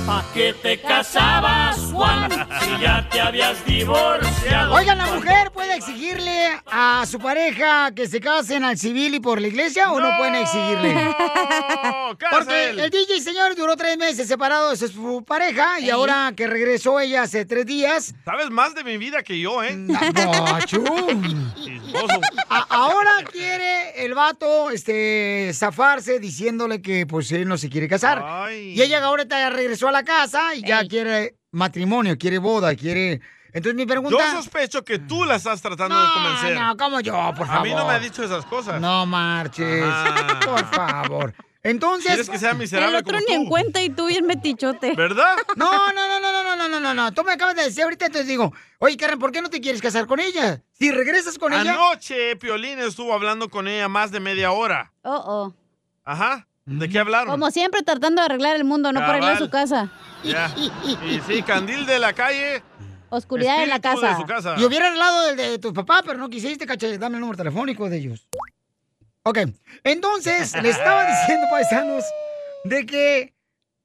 S12: ¿Pa qué te casabas, Juan, si ya te habías divorciado?
S1: Oigan, ¿la mujer puede exigirle a su pareja que se casen al civil y por la iglesia o no, pueden exigirle? Porque el DJ, señor, duró tres meses separado de su pareja y
S3: Ey.
S1: ahora que regresó ella hace tres días,
S3: Sabes más de mi vida que yo, ¿eh?
S1: ah, Achú. A- ahora quiere el vato este, zafarse diciéndole que pues él no se quiere casar. Y ella ahora ya regresó a la casa y ya quiere matrimonio, quiere boda, quiere... Entonces mi pregunta...
S3: Yo sospecho que tú la estás tratando de convencer.
S1: no, ¿cómo yo? Por
S3: A mí no
S1: favor.
S3: me ha dicho esas cosas.
S1: No marches.
S3: Ajá.
S1: Por favor. Entonces.
S3: ¿Quieres que sea miserable
S5: El otro
S3: como
S5: ni
S3: tú?
S5: en cuenta y tú bien metichote.
S3: ¿Verdad?
S1: No, no, no, no, no, no, no, no, no, no. Tú me acabas de decir ahorita, entonces digo, oye, Karen, ¿por qué no te quieres casar con ella? Si regresas
S3: Ah,
S1: con ella.
S3: Anoche Piolín estuvo hablando con ella más de media hora.
S5: Oh,
S3: Ajá. ¿De qué hablaron?
S5: oh. Como siempre, tratando de arreglar el mundo, no por arreglar
S3: Cabal.
S5: su casa.
S3: Ya. Y sí, candil de la calle.
S5: Oscuridad en la
S3: Espíritu
S5: casa.
S3: de su casa.
S1: Y hubiera hablado del de tu papá, pero no quisiste, caché. Dame el número telefónico de ellos. Ok. Entonces, le estaba diciendo, paisanos, de que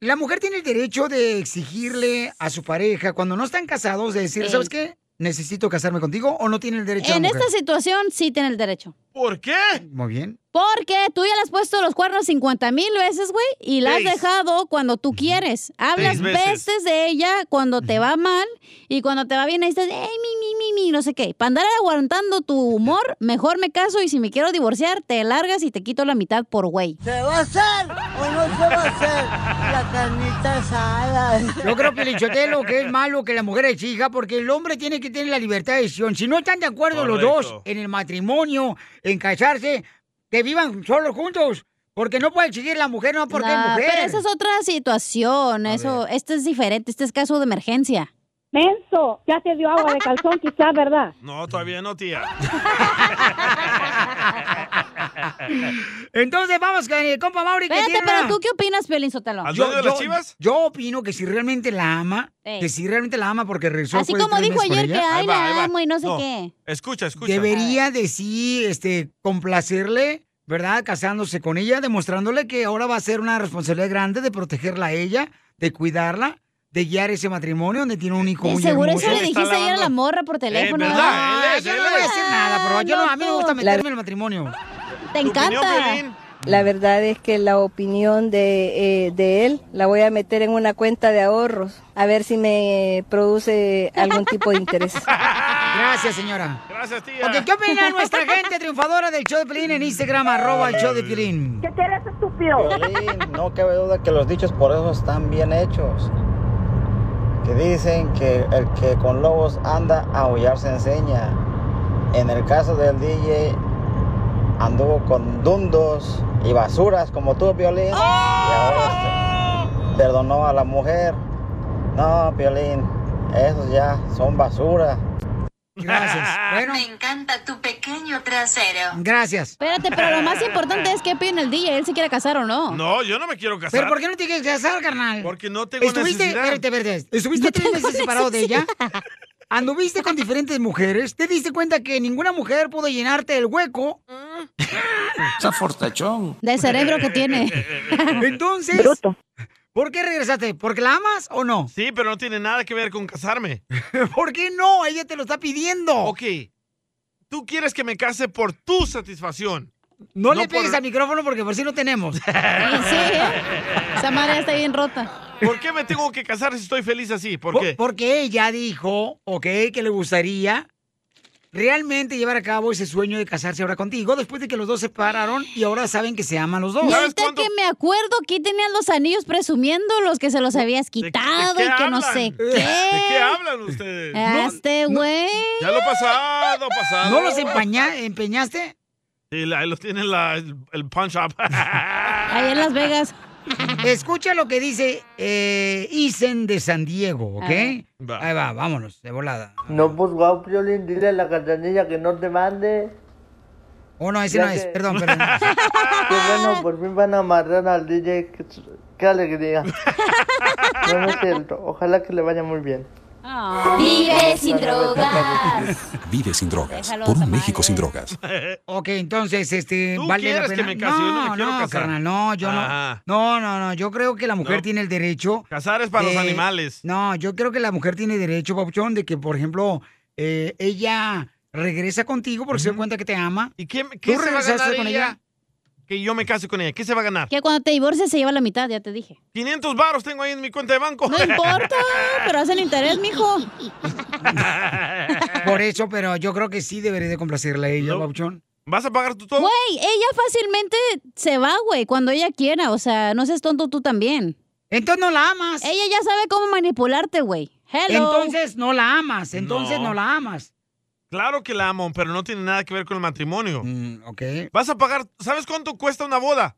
S1: la mujer tiene el derecho de exigirle a su pareja, cuando no están casados, de decir,
S5: Ey.
S1: ¿sabes qué? ¿Necesito casarme contigo o no tiene el derecho
S5: En
S1: la mujer?
S5: esta situación sí tiene el derecho.
S3: ¿Por qué?
S1: Muy bien.
S5: Porque tú ya le has puesto los cuernos 50 mil veces, güey, y la has
S1: Seis.
S5: dejado cuando tú quieres. Hablas
S1: Seis veces.
S5: veces de ella cuando te va mal y cuando te va bien ahí estás, ey, mi, mi, mi, mi, no sé qué. Para andar aguantando tu humor, mejor me caso y si me quiero divorciar, te largas y te quito la mitad por güey.
S7: ¿Se va a hacer o no se va a hacer la carnita asada?
S1: Yo creo, Pelichotelo, que es malo que la mujer exija porque el hombre tiene que tener la libertad de decisión. Si no están de acuerdo los
S7: Correcto.
S1: dos en el matrimonio, en casarse, que vivan solos juntos. Porque no puede exigir la mujer, no porque es
S5: Nah,
S1: mujer.
S5: Pero esa es otra situación, eso, este es diferente, este es caso de emergencia.
S8: Menso, ya te dio agua de calzón, quizás, ¿verdad?
S3: No, todavía no, tía.
S1: Entonces vamos con el compa Mauri. que
S5: Espérate,
S1: tiene
S5: pero
S1: una-
S5: ¿tú qué opinas, Pelín Sotelo?
S1: yo opino que si realmente la ama,
S5: Ey.
S1: que si realmente la ama porque regresó
S5: Así
S1: después de
S5: como
S1: tres
S5: dijo
S1: meses con
S5: ayer que,
S1: ella,
S5: ay, la amo y no sé qué.
S3: Escucha, escucha.
S1: debería de sí este, complacerle, ¿verdad? Casándose con ella, demostrándole que ahora va a ser una responsabilidad grande de protegerla a ella, de cuidarla, de guiar ese matrimonio donde tiene un hijo
S5: Eh,
S1: muy
S5: seguro
S1: hermoso.
S5: eso le dijiste ayer a la morra por teléfono.
S1: Eh, ¿verdad?
S5: ¿verdad?
S1: Él es, Yo no él voy a es. decir nada, pero yo no- a mí me gusta
S5: loco.
S1: meterme en el matrimonio.
S5: Te encanta.
S7: La verdad es que la opinión de, eh, de él la voy a meter en una cuenta de ahorros, a ver si me produce algún tipo de interés.
S1: Gracias, señora.
S3: Gracias, tía.
S1: Ok, ¿qué opina nuestra gente triunfadora del show de Pelín en Instagram, arroba el show de Pelín?
S7: ¿Qué eres estúpido?
S11: Piolín, no cabe duda que los dichos por eso están bien hechos. Que dicen que el que con lobos anda a aullar se enseña. En el caso del DJ anduvo con dundos y basuras como tú, Violín. Y ahora este, perdonó a la mujer. No, Violín, esos ya son basura.
S1: Gracias.
S7: Me encanta tu pequeño trasero.
S1: Ah, Gracias.
S5: Espérate, pero lo más importante es qué opina el DJ, él se quiere casar o no.
S3: No, yo no me quiero casar.
S1: ¿Pero por qué no te quieres casar, carnal?
S3: Porque no tengo
S1: Estuviste,
S3: necesidad.
S1: espérate, espérate. Estuviste tres meses separado de ella. Anduviste con diferentes mujeres. Te diste cuenta que ninguna mujer pudo llenarte el hueco.
S20: Esa fortachón.
S5: Del cerebro que tiene.
S1: Entonces, ¿por qué regresaste? ¿Porque la amas o no?
S3: Sí, pero no tiene nada que ver con casarme.
S1: ¿Por qué no? Ella te lo está pidiendo.
S3: Ok. Tú quieres que me case por tu satisfacción.
S1: No, le
S3: por-
S1: pegues al micrófono porque por si no tenemos.
S5: Esa madre está bien rota.
S3: ¿Por qué me tengo que casar si estoy feliz así? ¿Por qué?
S1: Porque ella dijo, ok, que le gustaría realmente llevar a cabo ese sueño de casarse ahora contigo después de que los dos se separaron y ahora saben que se aman los dos.
S5: Y ahorita que me acuerdo, aquí tenían los anillos presumiendo los que se los habías quitado y que no sé
S3: ¿De qué
S5: qué.
S3: hablan ustedes?
S5: A Este güey.
S3: Ya lo pasado, pasado.
S1: ¿No los empaña- empeñaste?
S3: Sí, la- ahí los tiene la- el, el punch up.
S1: Ahí en Las Vegas. Escucha lo que dice eh, Isen de San Diego, ¿ok?
S2: A ver.
S1: Ahí va, vámonos, de volada.
S2: No, por favor, Piolín, dile a la cachanilla que no te mande.
S1: Oh, no, ese
S2: Ya
S1: no es,
S2: que-
S1: perdón, perdón.
S2: Qué bueno, por fin van a amarrar al DJ. Qué, qué alegría. No, no es cierto. Ojalá que le vaya muy bien.
S5: Vive sin drogas.
S13: Vive sin drogas.
S1: Déjalo,
S13: por un México sin drogas.
S1: Ok, entonces, este,
S3: Tú
S1: vale la
S3: quieres
S1: pena.
S3: que me case, yo no me quiero casar.
S1: carnal, no, yo
S3: Ah.
S1: no. No, no, no, yo creo que la mujer tiene el derecho.
S3: Casar es para los animales.
S1: No, yo creo que la mujer tiene derecho, Papuchón, de que, por ejemplo, eh, ella regresa contigo porque se da cuenta que te ama.
S3: ¿Y qué, ¿Qué se va a ganar ella, Que yo me case con ella. ¿Qué se va a ganar?
S5: Que cuando te divorcias se lleva la mitad, ya te dije.
S3: 500 baros tengo ahí en mi cuenta de banco.
S5: No importa, Ah, pero hacen interés, mijo.
S1: Por eso, pero yo creo que sí debería de complacerla a ella, Papuchón.
S3: ¿Vas a pagar tú todo?
S5: Güey, ella fácilmente se va, güey, cuando ella quiera. O sea, no seas tonto tú también.
S1: Entonces no la amas.
S5: Ella ya sabe cómo manipularte, güey. Hello.
S1: Entonces Pues no la amas, entonces no,
S3: No.
S1: la amas.
S3: Claro que la amo, pero no tiene nada que ver con el matrimonio.
S1: Mm, ok.
S3: Vas a pagar, ¿sabes cuánto cuesta una boda?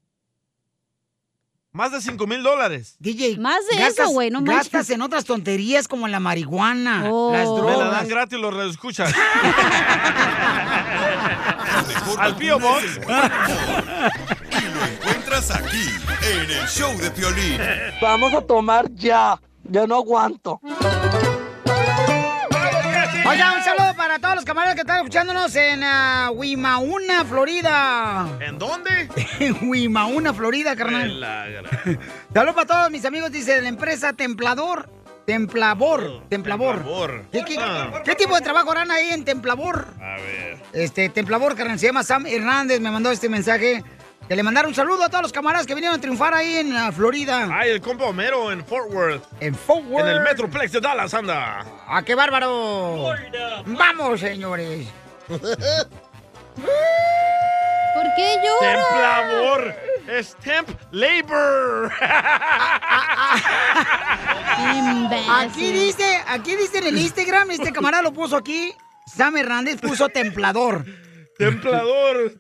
S3: Más de 5 mil dólares.
S1: DJ,
S5: Más de
S1: gastas-
S5: eso, güey, no manches. Oh.
S1: Gastas en otras tonterías como en la marihuana, las
S3: Me la dan
S1: drogas.
S3: gratis, los escuchas. Al Pío Box.
S9: Encuentras aquí, en el show de Piolín.
S12: Vamos a tomar ya. Ya no aguanto.
S1: Oiga, un saludo para todos los camaradas que están escuchándonos en ah, Wimauna, Florida.
S3: ¿En dónde?
S1: En Wimauna, Florida, carnal. Saludos para todos mis amigos, dice, de la empresa Templador.
S3: Oh,
S1: Templabor, Templabor.
S3: Templabor.
S1: ¿Qué, qué-
S3: Ah.
S1: qué tipo de trabajo harán ahí en Templabor?
S3: A ver.
S1: Este, Templabor, carnal, se llama Sam Hernández, me mandó este mensaje. Que le mandaron un saludo a todos los camaradas que vinieron a triunfar ahí en ah, Florida.
S3: Ay, el compa Homero en Fort Worth.
S1: En Fort Worth.
S3: En el Metroplex de Dallas, anda.
S1: ¡Ah, qué bárbaro! ¡Vamos, señores!
S5: ¿Por qué llora?
S3: Templador. Es temp labor.
S1: Aquí dice, aquí dice en el Instagram, este camarada lo puso aquí. Sam Hernández puso templador.
S3: Templador.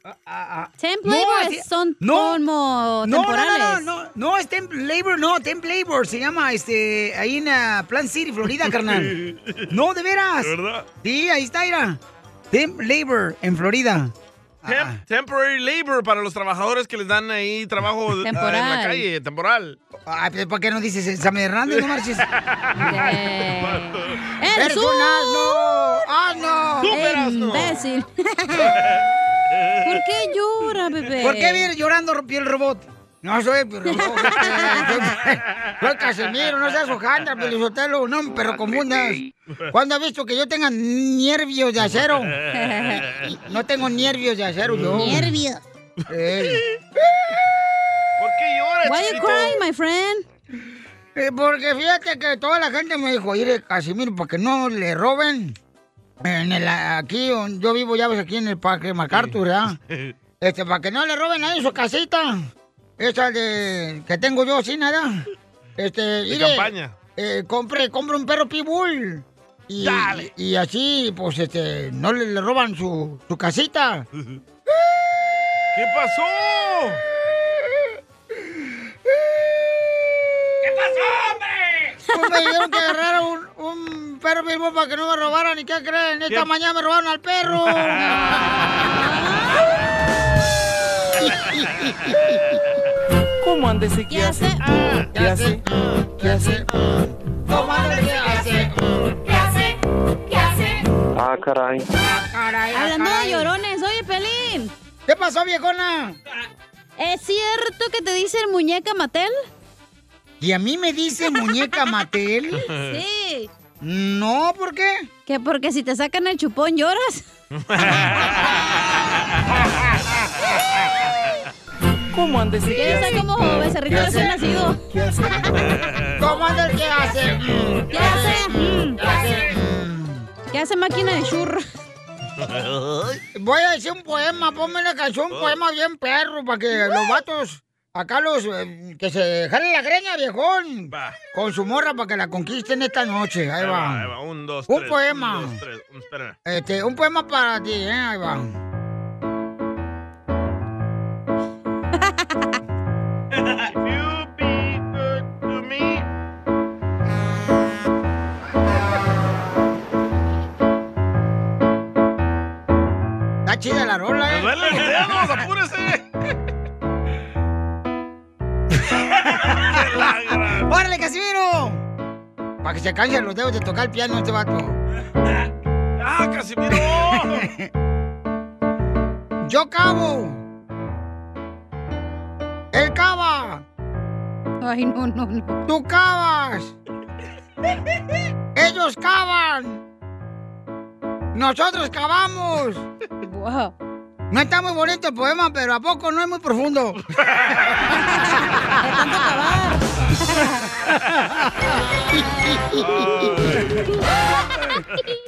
S5: Temp
S1: No,
S5: labor
S1: así-
S5: es- son
S1: no.
S5: como
S1: No, no,
S5: temporales.
S1: no, no, no, no, es Temp Labor, no, Temp Labor, se llama, este, ahí en ah, Plant City, Florida, carnal. No, de veras.
S3: ¿De verdad?
S1: Sí, ahí está, mira. Temp Labor, en Florida.
S3: Temp-
S1: Ah.
S3: temporary labor para los trabajadores que les dan ahí trabajo ah, en la
S1: Temporal.
S3: calle, temporal.
S1: Ay, pero ¿por qué no dices Sam Hernández, no marches?
S5: ¡Eres un
S1: asno!
S12: Ah,
S1: ¡Asno!
S5: ¡Súper asno! ¡Imbécil! ¿Por qué llora, bebé?
S1: ¿Por qué viene llorando piel robot? No soy piel robot. soy- Soy Casimiro, no seas hojandra, Pelizotelo. No, pero confundas. ¿Cuándo has visto que yo tenga nervios de acero? No tengo nervios de acero yo.
S5: Nervio.
S1: Ey.
S3: ¿Por qué lloras,
S5: Why you crying, my friend?
S1: Eh, porque fíjate que toda la gente me dijo, ir Casimiro, para que no le roben. En el, aquí, donde yo vivo, ya ves, aquí en el parque MacArthur, ¿verdad? Este, para que no le roben ahí su casita. Esa de que tengo yo sin nada. Este,
S3: De
S1: mire,
S3: campaña.
S1: eh, compre, compre un perro pitbull. Y,
S3: Dale.
S1: y así, pues, este, no le, le roban su, su casita.
S3: ¿Qué pasó?
S12: ¿Qué pasó, hombre?
S1: Pues me dijeron que agarrara un, un perro pitbull para que no me robaran. ¿Y qué creen? Esta
S12: ¿Qué?
S1: mañana me robaron al perro.
S12: ¿Cómo andes y qué hace? ¿Qué hace? ¿Qué hace?
S1: ¿Cómo andes y qué hace?
S12: ¿Qué hace? ¿Qué hace?
S2: Ah, caray.
S1: Caray, ah,
S5: Hablando de
S1: caray.
S5: llorones, oye, Pelín.
S1: ¿Qué pasó, viejona?
S5: ¿Es cierto que te dicen muñeca Matel?
S1: ¿Y a mí me dice muñeca Matel?
S5: Sí.
S1: No, ¿por qué?
S5: Que porque si te sacan el chupón lloras.
S12: ¿Cómo andes?
S5: ¿Qué
S12: ¿Qué
S5: está como becerrito recién nacido?
S12: ¿Qué hace?
S1: ¿Cómo anda el que hace?
S5: ¿Qué hace? ¿Qué hace máquina de churro?
S1: Voy a decir un poema, ponme la
S3: Oh.
S1: canción, un poema bien perro, para que los vatos, acá los, eh, que se jalen la greña, viejón, con su morra para que la conquisten esta noche, ahí va.
S3: ahí va, Un, dos,
S1: Un
S3: tres,
S1: poema.
S3: Un, dos, tres. Un- espera.
S1: Este, un poema para ti, ¿eh? Ahí va.
S12: Mm.
S1: Está chida la rola, ¿eh?
S12: duelen los dedos,
S3: apúrese!
S1: ¡Órale, Casimiro! Para que se cansen los dedos de tocar el piano este vato.
S3: ¡Ah, Casimiro!
S1: Yo cabo. El cava.
S5: Ay, no, no, no.
S1: Tú cavas. Ellos cavan. Nosotros cavamos. No está muy bonito el poema, pero a poco no es muy profundo.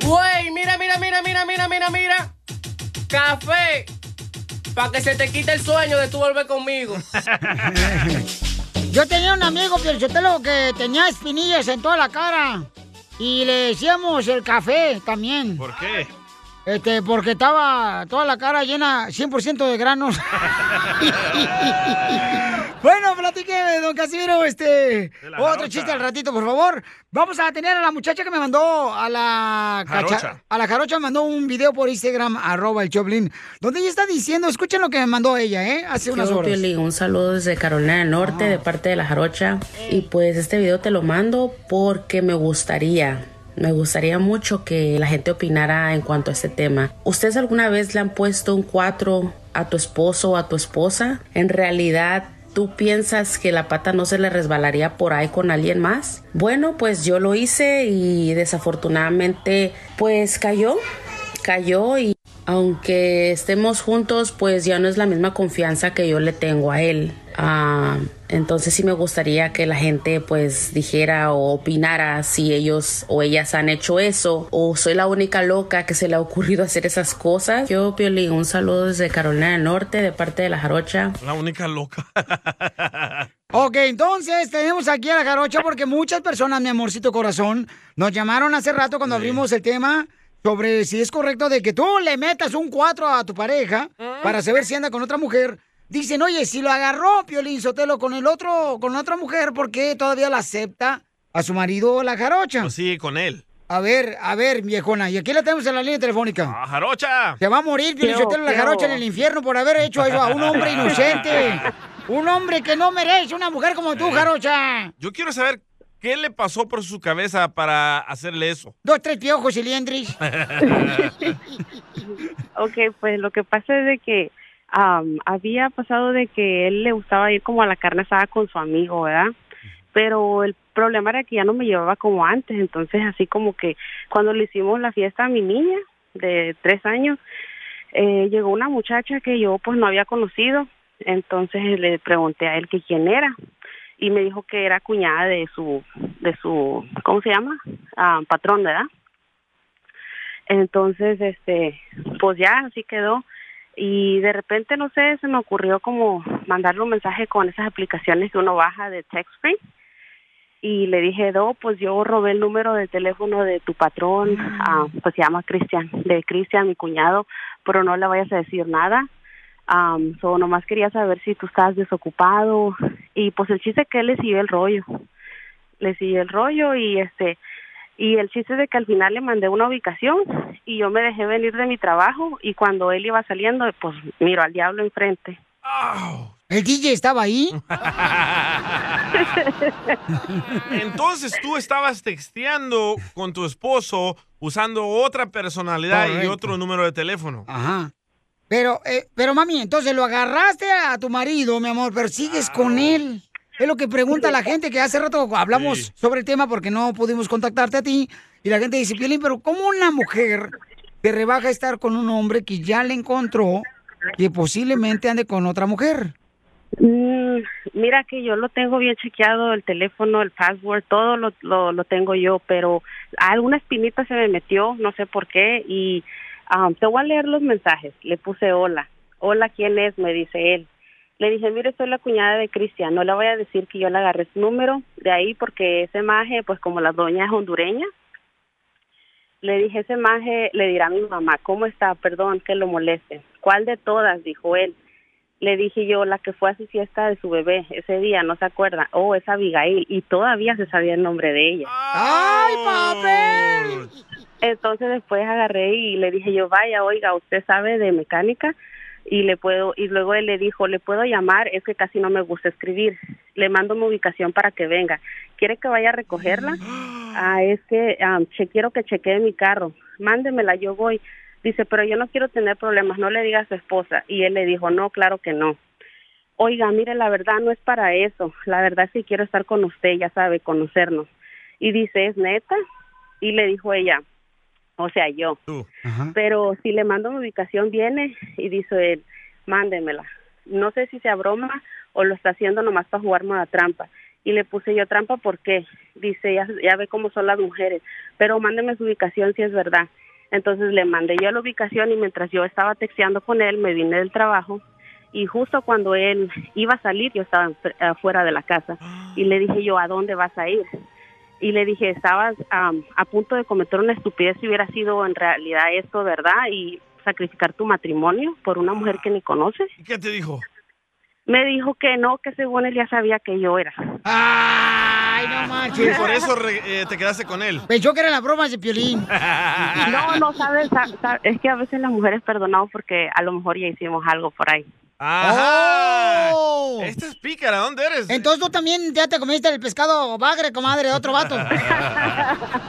S12: Güey, mira, mira, mira, mira, mira, mira, mira. Café. Para que se te quite el sueño de tú volver conmigo.
S1: Yo tenía un amigo, Pielchotelo, que tenía espinillas en toda la cara. Y le decíamos el café también.
S3: ¿Por qué?
S1: Este, porque estaba toda la cara llena 100% de granos. bueno, platíqueme, don Casimiro, este,
S12: la
S1: otro
S12: jarocha.
S1: chiste al ratito, por favor. Vamos a tener a la muchacha que me mandó a la
S12: Jarocha.
S1: a la jarocha me mandó un video por Instagram, arroba el Choplin, donde ella está diciendo, escuchen lo que me mandó ella, ¿eh? Hace unas
S25: Yo,
S1: horas.
S25: Piolín, un saludo desde Carolina del Norte, de parte de la Jarocha. Y pues este video te lo mando porque me gustaría, me gustaría mucho que la gente opinara en cuanto a este tema. ¿Ustedes alguna vez le han puesto un 4 a tu esposo o a tu esposa? En realidad, ¿Tú piensas que la pata no se le resbalaría por ahí con alguien más? Bueno, pues yo lo hice y desafortunadamente pues cayó, cayó y aunque estemos juntos pues ya no es la misma confianza que yo le tengo a él. Ah, entonces sí me gustaría que la gente pues dijera o opinara si ellos o ellas han hecho eso o soy la única loca que se le ha ocurrido hacer esas cosas. Yo, Piolín, un saludo desde Carolina del Norte de parte de la Jarocha.
S3: La única loca.
S1: Ok, entonces tenemos aquí a la jarocha porque muchas personas, mi amorcito corazón, nos llamaron hace rato cuando abrimos el tema sobre si es correcto de que tú le metas un 4 a tu pareja para saber si anda con otra mujer. Dicen, oye, si lo agarró Piolín Sotelo con el otro, con otra mujer, ¿por qué todavía la acepta a su marido la jarocha?
S3: Pues sí, con él.
S1: A ver, a ver, viejona, y aquí la tenemos en la línea telefónica. ¡Ah,
S3: jarocha!
S1: Se va a morir Piolín
S3: ¿Qué hubo,
S1: Sotelo la
S3: qué
S1: jarocha en
S3: hubo?
S1: el infierno por haber hecho eso a un hombre inocente. Un hombre que no merece una mujer como tú, jarocha.
S3: Yo quiero saber qué le pasó por su cabeza para hacerle eso.
S1: Dos, tres piojos, cilindris.
S16: Ok, pues lo que pasa es de que am, había pasado de que él le gustaba ir como a la carne asada con su amigo, ¿verdad? Pero el problema era que ya no me llevaba como antes, entonces así como que cuando le hicimos la fiesta a mi niña de tres años, eh, llegó una muchacha que yo pues no había conocido, entonces le pregunté a él que quién era y me dijo que era cuñada de su, de su, ¿cómo se llama? Ah, patrón, ¿verdad? Entonces, este, pues ya así quedó. Y de repente, no sé, se me ocurrió como mandarle un mensaje con esas aplicaciones que uno baja de text free. Y le dije, no, pues yo robé el número de teléfono de tu patrón, ah, pues se llama Cristian, de Cristian, mi cuñado, pero no le vayas a decir nada. Am, so, nomás quería saber si tú estabas desocupado. Y pues el chiste es que él le siguió el rollo. Le siguió el rollo y este, y el chiste es de que al final le mandé una ubicación y yo me dejé venir de mi trabajo y cuando él iba saliendo, pues miro al diablo enfrente.
S1: ¿El DJ estaba ahí?
S3: Entonces tú estabas texteando con tu esposo usando otra personalidad y
S1: Correcto.
S3: otro número de teléfono.
S1: Ajá. Pero, eh, pero mami, entonces lo agarraste a tu marido, mi amor, pero sigues con él. Es lo que pregunta la gente que hace rato hablamos sobre el tema porque no pudimos contactarte a ti. Y la gente dice, Piolín, pero ¿cómo una mujer te rebaja estar con un hombre que ya le encontró que posiblemente ande con otra mujer?
S16: Mm, mira que yo lo tengo bien chequeado, el teléfono, el password, todo lo, lo, lo tengo yo, pero alguna espinita se me metió, no sé por qué, y um, te voy a leer los mensajes. Le puse hola, hola, ¿quién es? Me dice él. Le dije, mire, soy la cuñada de Cristian, no le voy a decir que yo le agarré su número de ahí porque ese maje, pues como la doña es hondureña, le dije, ese maje le dirá a mi mamá, ¿cómo está? Perdón que lo moleste. ¿Cuál de todas? Dijo él. Le dije yo, la que fue a su fiesta de su bebé ese día, no se acuerda. Oh, es Abigail. Y todavía se sabía el nombre de ella.
S1: ¡Ay, papel!
S16: Entonces después agarré y le dije yo, vaya, oiga, usted sabe de mecánica y le puedo y luego él le dijo, le puedo llamar, es que casi no me gusta escribir. Le mando mi ubicación para que venga. ¿Quiere que vaya a recogerla? Ah, es que am, che- quiero que chequee mi carro. Mándemela, yo voy. Dice, pero yo no quiero tener problemas, no le diga a su esposa. Y él le dijo, no, claro que no. Oiga, mire, la verdad no es para eso. La verdad sí quiero estar con usted, ya sabe, conocernos. Y dice, ¿es neta? Y le dijo ella, o sea, yo. Pero si le mando mi ubicación, viene y dice él, mándemela. No sé si sea broma o lo está haciendo nomás para jugarme la trampa. Y le puse yo trampa porque, dice, ya, ya ve cómo son las mujeres, pero mándeme su ubicación si es verdad. Entonces le mandé yo la ubicación y mientras yo estaba texteando con él, me vine del trabajo y justo cuando él iba a salir, yo estaba enfre- afuera de la casa y le dije yo, ¿a dónde vas a ir? y le dije, estabas am, a punto de cometer una estupidez si hubiera sido en realidad esto, ¿verdad? Y sacrificar tu matrimonio por una mujer que ni conoces.
S3: ¿Qué te dijo?
S16: Me dijo que no, que según él ya sabía que yo era.
S1: ¡Ay, no
S3: Y por eso re- eh, te quedaste con él.
S1: Pensó que eran las bromas de Piolín.
S16: No, no, sabes, sa- sa- es que a veces las mujeres perdonamos porque a lo mejor ya hicimos algo por ahí.
S1: Ah.
S3: ¡Ajá! Esta Este es pícara, ¿dónde eres?
S1: ¡Oh! Entonces tú también ya te comiste el pescado bagre, comadre, de otro vato.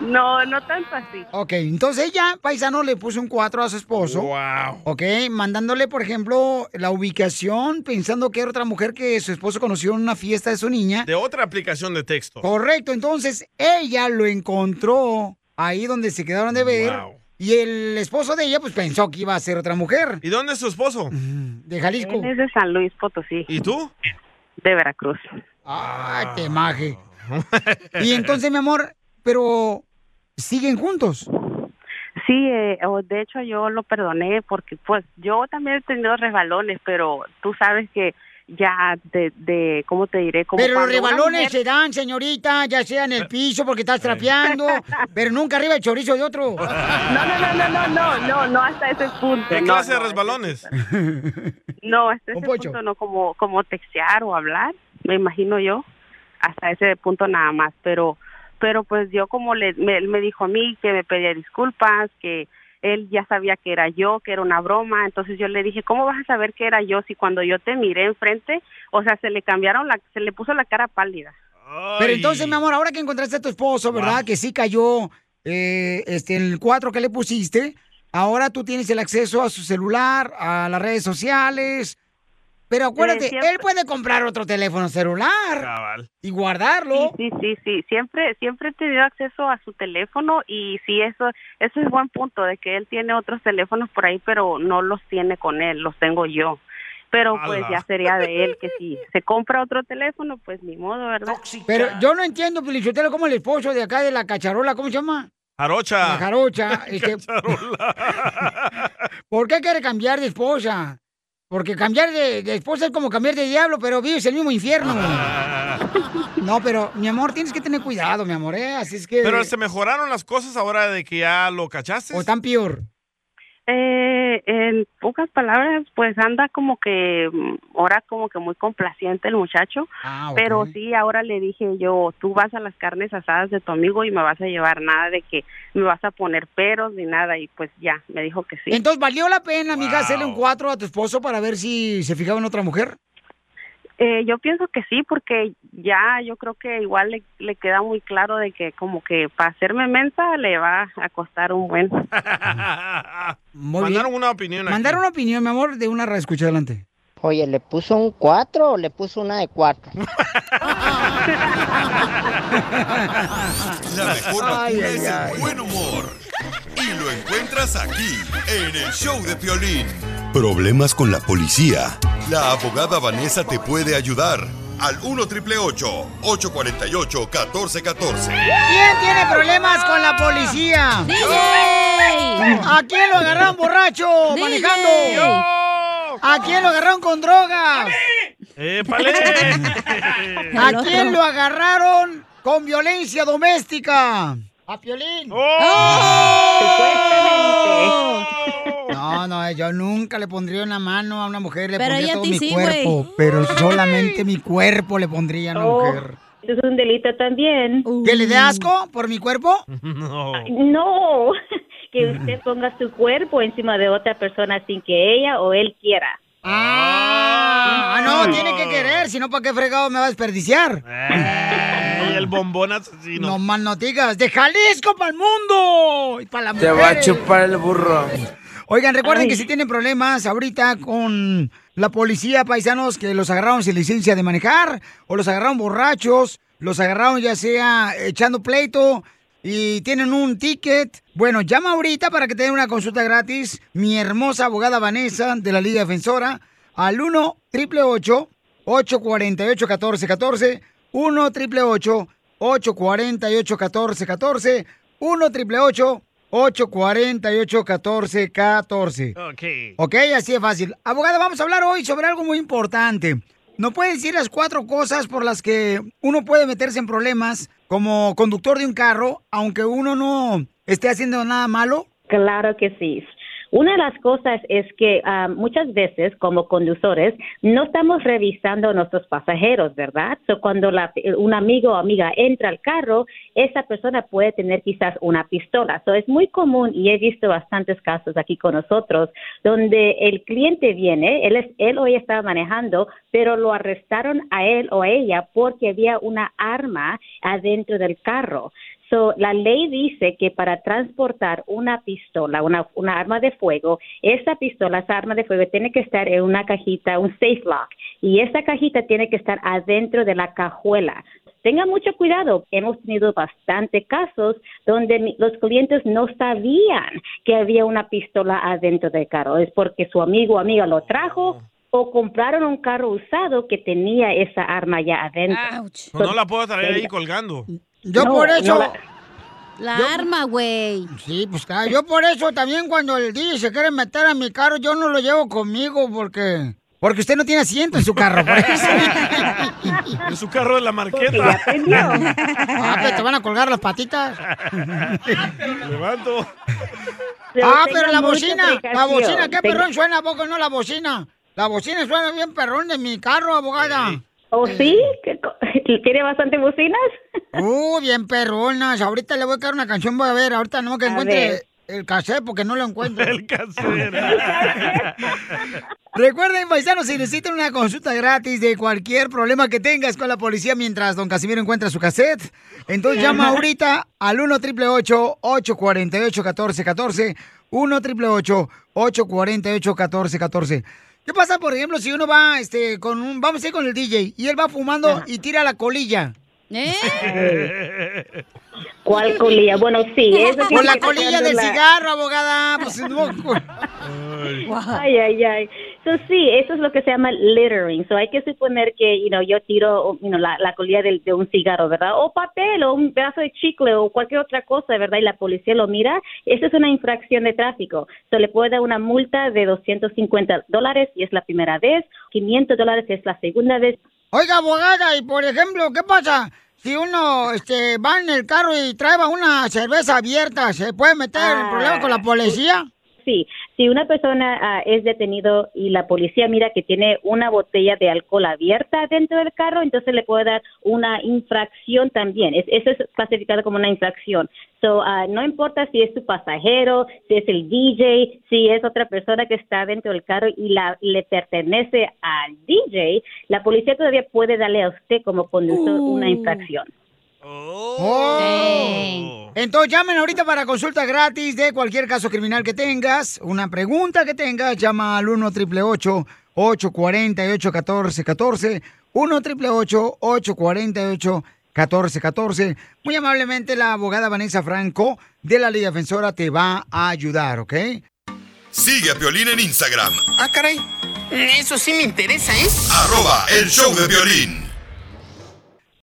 S16: No, no tanto así.
S1: Ok, entonces ella, paisano, le puso un 4 a su esposo.
S3: Wow.
S1: Ok, mandándole, por ejemplo, la ubicación, pensando que era otra mujer que su esposo conoció en una fiesta de su niña.
S3: De otra aplicación de texto.
S1: Correcto, entonces ella lo encontró ahí donde se quedaron de ver. Y el esposo de ella, pues pensó que iba a ser otra mujer.
S3: ¿Y dónde es su esposo?
S1: De Jalisco.
S16: Él es de San Luis Potosí.
S3: ¿Y tú? Ah.
S16: De Veracruz.
S1: Ay, te maje. y entonces, mi amor, pero siguen Oh, juntos.
S16: Sí, eh, o de hecho yo lo perdoné porque pues yo también he tenido resbalones, pero tú sabes que ya de, de ¿cómo te diré? Como
S1: Pero los
S16: cuando una
S1: rebalones
S16: mujer-
S1: se dan, señorita, ya sea en el piso porque estás trapeando, pero nunca arriba el chorizo de otro.
S16: No, no, no, no, no, no, no, no hasta ese punto.
S3: ¿Qué
S16: no,
S3: clase de
S16: no,
S3: resbalones?
S16: No, hasta
S1: Un
S16: ese
S1: pocho.
S16: punto no, como, como textear o hablar, me imagino yo, hasta ese punto nada más, pero pero pues yo como le, me, él me dijo a mí que me pedía disculpas, que él ya sabía que era yo, que era una broma, entonces yo le dije, ¿cómo vas a saber que era yo si cuando yo te miré enfrente, o sea, se le cambiaron, la, se le puso la cara pálida?
S1: Pero entonces, mi amor, ahora que encontraste a tu esposo, ¿verdad? Que sí cayó eh, este, el 4 que le pusiste. Ahora tú tienes el acceso a su celular, a las redes sociales. Pero acuérdate,
S16: Eh, siempre-
S1: él puede comprar otro teléfono celular y guardarlo.
S16: Sí, sí, sí, sí. Siempre, siempre he tenido acceso a su teléfono y sí, eso, eso es buen punto, de que él tiene otros teléfonos por ahí, pero no los tiene con él, los tengo yo. Pero pues
S1: Ala.
S16: ya sería de él que si se compra otro teléfono, pues ni modo, ¿verdad?
S1: Pero yo no entiendo, Pelichotelo, cómo el esposo de acá de la cacharola, ¿cómo se llama? La
S3: Jarocha.
S1: jarocha. este, ¿Por qué quiere cambiar de esposa? Porque cambiar de, de esposa es como cambiar de diablo, pero vives el mismo infierno. No, pero, mi amor, tienes que tener cuidado, mi amor, ¿eh? Así es que...
S3: Pero se mejoraron las cosas ahora de que ya lo cachaste.
S1: O tan peor.
S16: Eh, en pocas palabras, pues anda como que mm, ahora como que muy complaciente el muchacho,
S1: Ah, ok.
S16: pero sí, ahora le dije yo, tú vas a las carnes asadas de tu amigo y me vas a llevar nada de que me vas a poner peros ni nada y pues ya, me dijo que sí.
S1: Entonces, ¿valió la pena, amiga,
S16: Wow.
S1: hacerle un cuatro a tu esposo para ver si se fijaba en otra mujer?
S16: Eh, yo pienso que sí, porque ya yo creo que igual le, le queda muy claro de que como que para hacerme mensa le va a costar un buen.
S3: Mandaron una opinión aquí.
S1: Mandar una opinión, mi amor, de una escucha adelante.
S26: Oye, ¿le puso un 4 o le puso una de 4?
S9: La mejor vacuna es el buen humor. Y lo encuentras aquí, en el show de Piolín.
S4: Problemas con la
S9: Policía. La abogada Vanessa te puede ayudar. Al 1 triple 848 1414.
S1: ¿Quién tiene problemas con la policía? ¿A quién lo agarraron borracho manejando? ¿A quién lo agarraron con drogas?
S3: ¡Épale!
S1: ¿A quién lo agarraron con violencia doméstica? A Ah, Piolín.
S3: Oh.
S1: No, no, yo nunca le pondría una mano a una mujer, le
S19: Pero
S1: pondría
S19: ella a
S1: todo
S19: ti
S1: mi
S19: sí,
S1: cuerpo,
S19: güey.
S1: pero solamente mi cuerpo le pondría a una
S27: Oh,
S1: mujer.
S27: Es un delito también.
S1: ¿Que le dé asco por mi cuerpo?
S3: No.
S27: No, que usted ponga su cuerpo encima de otra persona sin que ella o él quiera.
S1: Ah, no, tiene que querer, si no, ¿para qué fregado me va a desperdiciar?
S3: Y el bombón asesino.
S1: No más noticas, de Jalisco para el mundo y para la
S3: Te
S1: mujer.
S3: va a
S28: chupar el burro.
S1: Oigan, recuerden
S28: Ay.
S1: que si tienen problemas ahorita con la policía, paisanos, que los agarraron sin licencia de manejar, o los agarraron borrachos, los agarraron ya sea echando pleito y tienen un ticket. Bueno, llama ahorita para que te den una consulta gratis. Mi hermosa abogada Vanessa de la Liga Defensora al 1 888 848 1414 1 888 848 1414 1 888 848 1414
S3: Ok.
S1: Ok, así es fácil. Abogada, vamos a hablar hoy sobre algo muy importante. ¿No puede decir las cuatro cosas por las que uno puede meterse en problemas como conductor de un carro, aunque uno no esté haciendo nada malo?
S27: Claro que sí. Una de las cosas es que ah, muchas veces como conductores no estamos revisando a nuestros pasajeros, ¿verdad? So, cuando la- un amigo o amiga entra al carro, esa persona puede tener quizás una pistola. So, es muy común y he visto bastantes casos aquí con nosotros donde el cliente viene, él, es, él o ella estaba manejando, pero lo arrestaron a él o a ella porque había una arma adentro del carro. So, la ley dice que para transportar una pistola, una, una arma de fuego, esa pistola, esa arma de fuego tiene que estar en una cajita, un safe lock, y esa cajita tiene que estar adentro de la cajuela. Tenga mucho cuidado, hemos tenido bastante casos donde mi- los clientes no sabían que había una pistola adentro del carro, es porque su amigo o amiga lo trajo o compraron un carro usado que tenía esa arma ya adentro.
S3: Pues No la puedo traer ahí colgando.
S1: Yo por eso...
S19: La arma, güey.
S1: Sí, pues claro, yo por eso también cuando el DJ se quiere meter a mi carro, yo no lo llevo conmigo porque... Porque usted no tiene asiento en su carro, por eso.
S3: En su carro de la marqueta.
S1: Ah, pues te van a colgar las patitas.
S3: Levanto.
S1: ah,
S3: tengan
S1: pero
S3: mucha
S1: la bocina, la
S3: precaución.
S1: bocina, qué
S3: Ten-
S1: perrón suena, ¿a poco no la bocina? La bocina suena bien perrón de mi carro, abogada. Eh.
S27: ¿O ¿Oh, sí? ¿Qué co- ¿Tiene bastante bocinas?
S1: Uh, bien perronas. Ahorita le voy a caer una canción, voy a ver, ahorita no que
S27: A
S1: encuentre
S27: ver.
S1: el cassette porque no lo encuentro.
S3: El
S1: Recuerden, paisanos, si necesitan una consulta gratis de cualquier problema que tengas con la policía mientras don Casimiro encuentra su cassette, entonces llama ahorita al 1 888 848 1414 1 888 848 1414 ¿Qué pasa, por ejemplo, si uno va este, con un... Vamos a ir con el DJ y él va fumando y tira la colilla.
S12: ¿Eh?
S1: Eh.
S27: ¿Cuál colilla? Bueno, sí, eso
S1: Con
S27: tiene
S1: la
S27: que
S1: colilla
S27: sacarlo
S1: del
S27: la-
S1: cigarro, abogada. Pues, no,
S27: Ay, ay, ay. So, sí, eso es lo que se llama littering. So, hay que suponer que, you know, yo tiro, you know, la, la colilla del- de, un cigarro, ¿verdad? O papel, o un pedazo de chicle, o cualquier otra cosa, ¿verdad? Y la policía lo mira. Esa es una infracción de tráfico. Se le puede dar una multa de 250 dólares y es la primera vez, 500 dólares es la segunda vez.
S1: Oiga, abogada, y por ejemplo, ¿qué pasa? Si uno este, va en el carro y trae una cerveza abierta, ¿se puede meter en problemas con la policía?
S27: Sí, si una persona ah, es detenido y la policía mira que tiene una botella de alcohol abierta dentro del carro, entonces le puede dar una infracción también. Es- eso es clasificado como una infracción. So, ah, no importa si es tu pasajero, si es el DJ, si es otra persona que está dentro del carro y la, le pertenece al DJ, la policía todavía puede darle a usted como conductor una infracción.
S1: Oh. Entonces llamen ahorita para consulta gratis de cualquier caso criminal que tengas, una pregunta que tengas, llama al 1 888 1-848-1414. 1 848 1414 Muy amablemente la abogada Vanessa Franco de la Liga Defensora te va a ayudar, ¿ok?
S9: Sigue a Piolín en Instagram,
S1: Ah, caray.
S12: Eso sí me interesa, ¿eh?
S9: arroba el show de violín.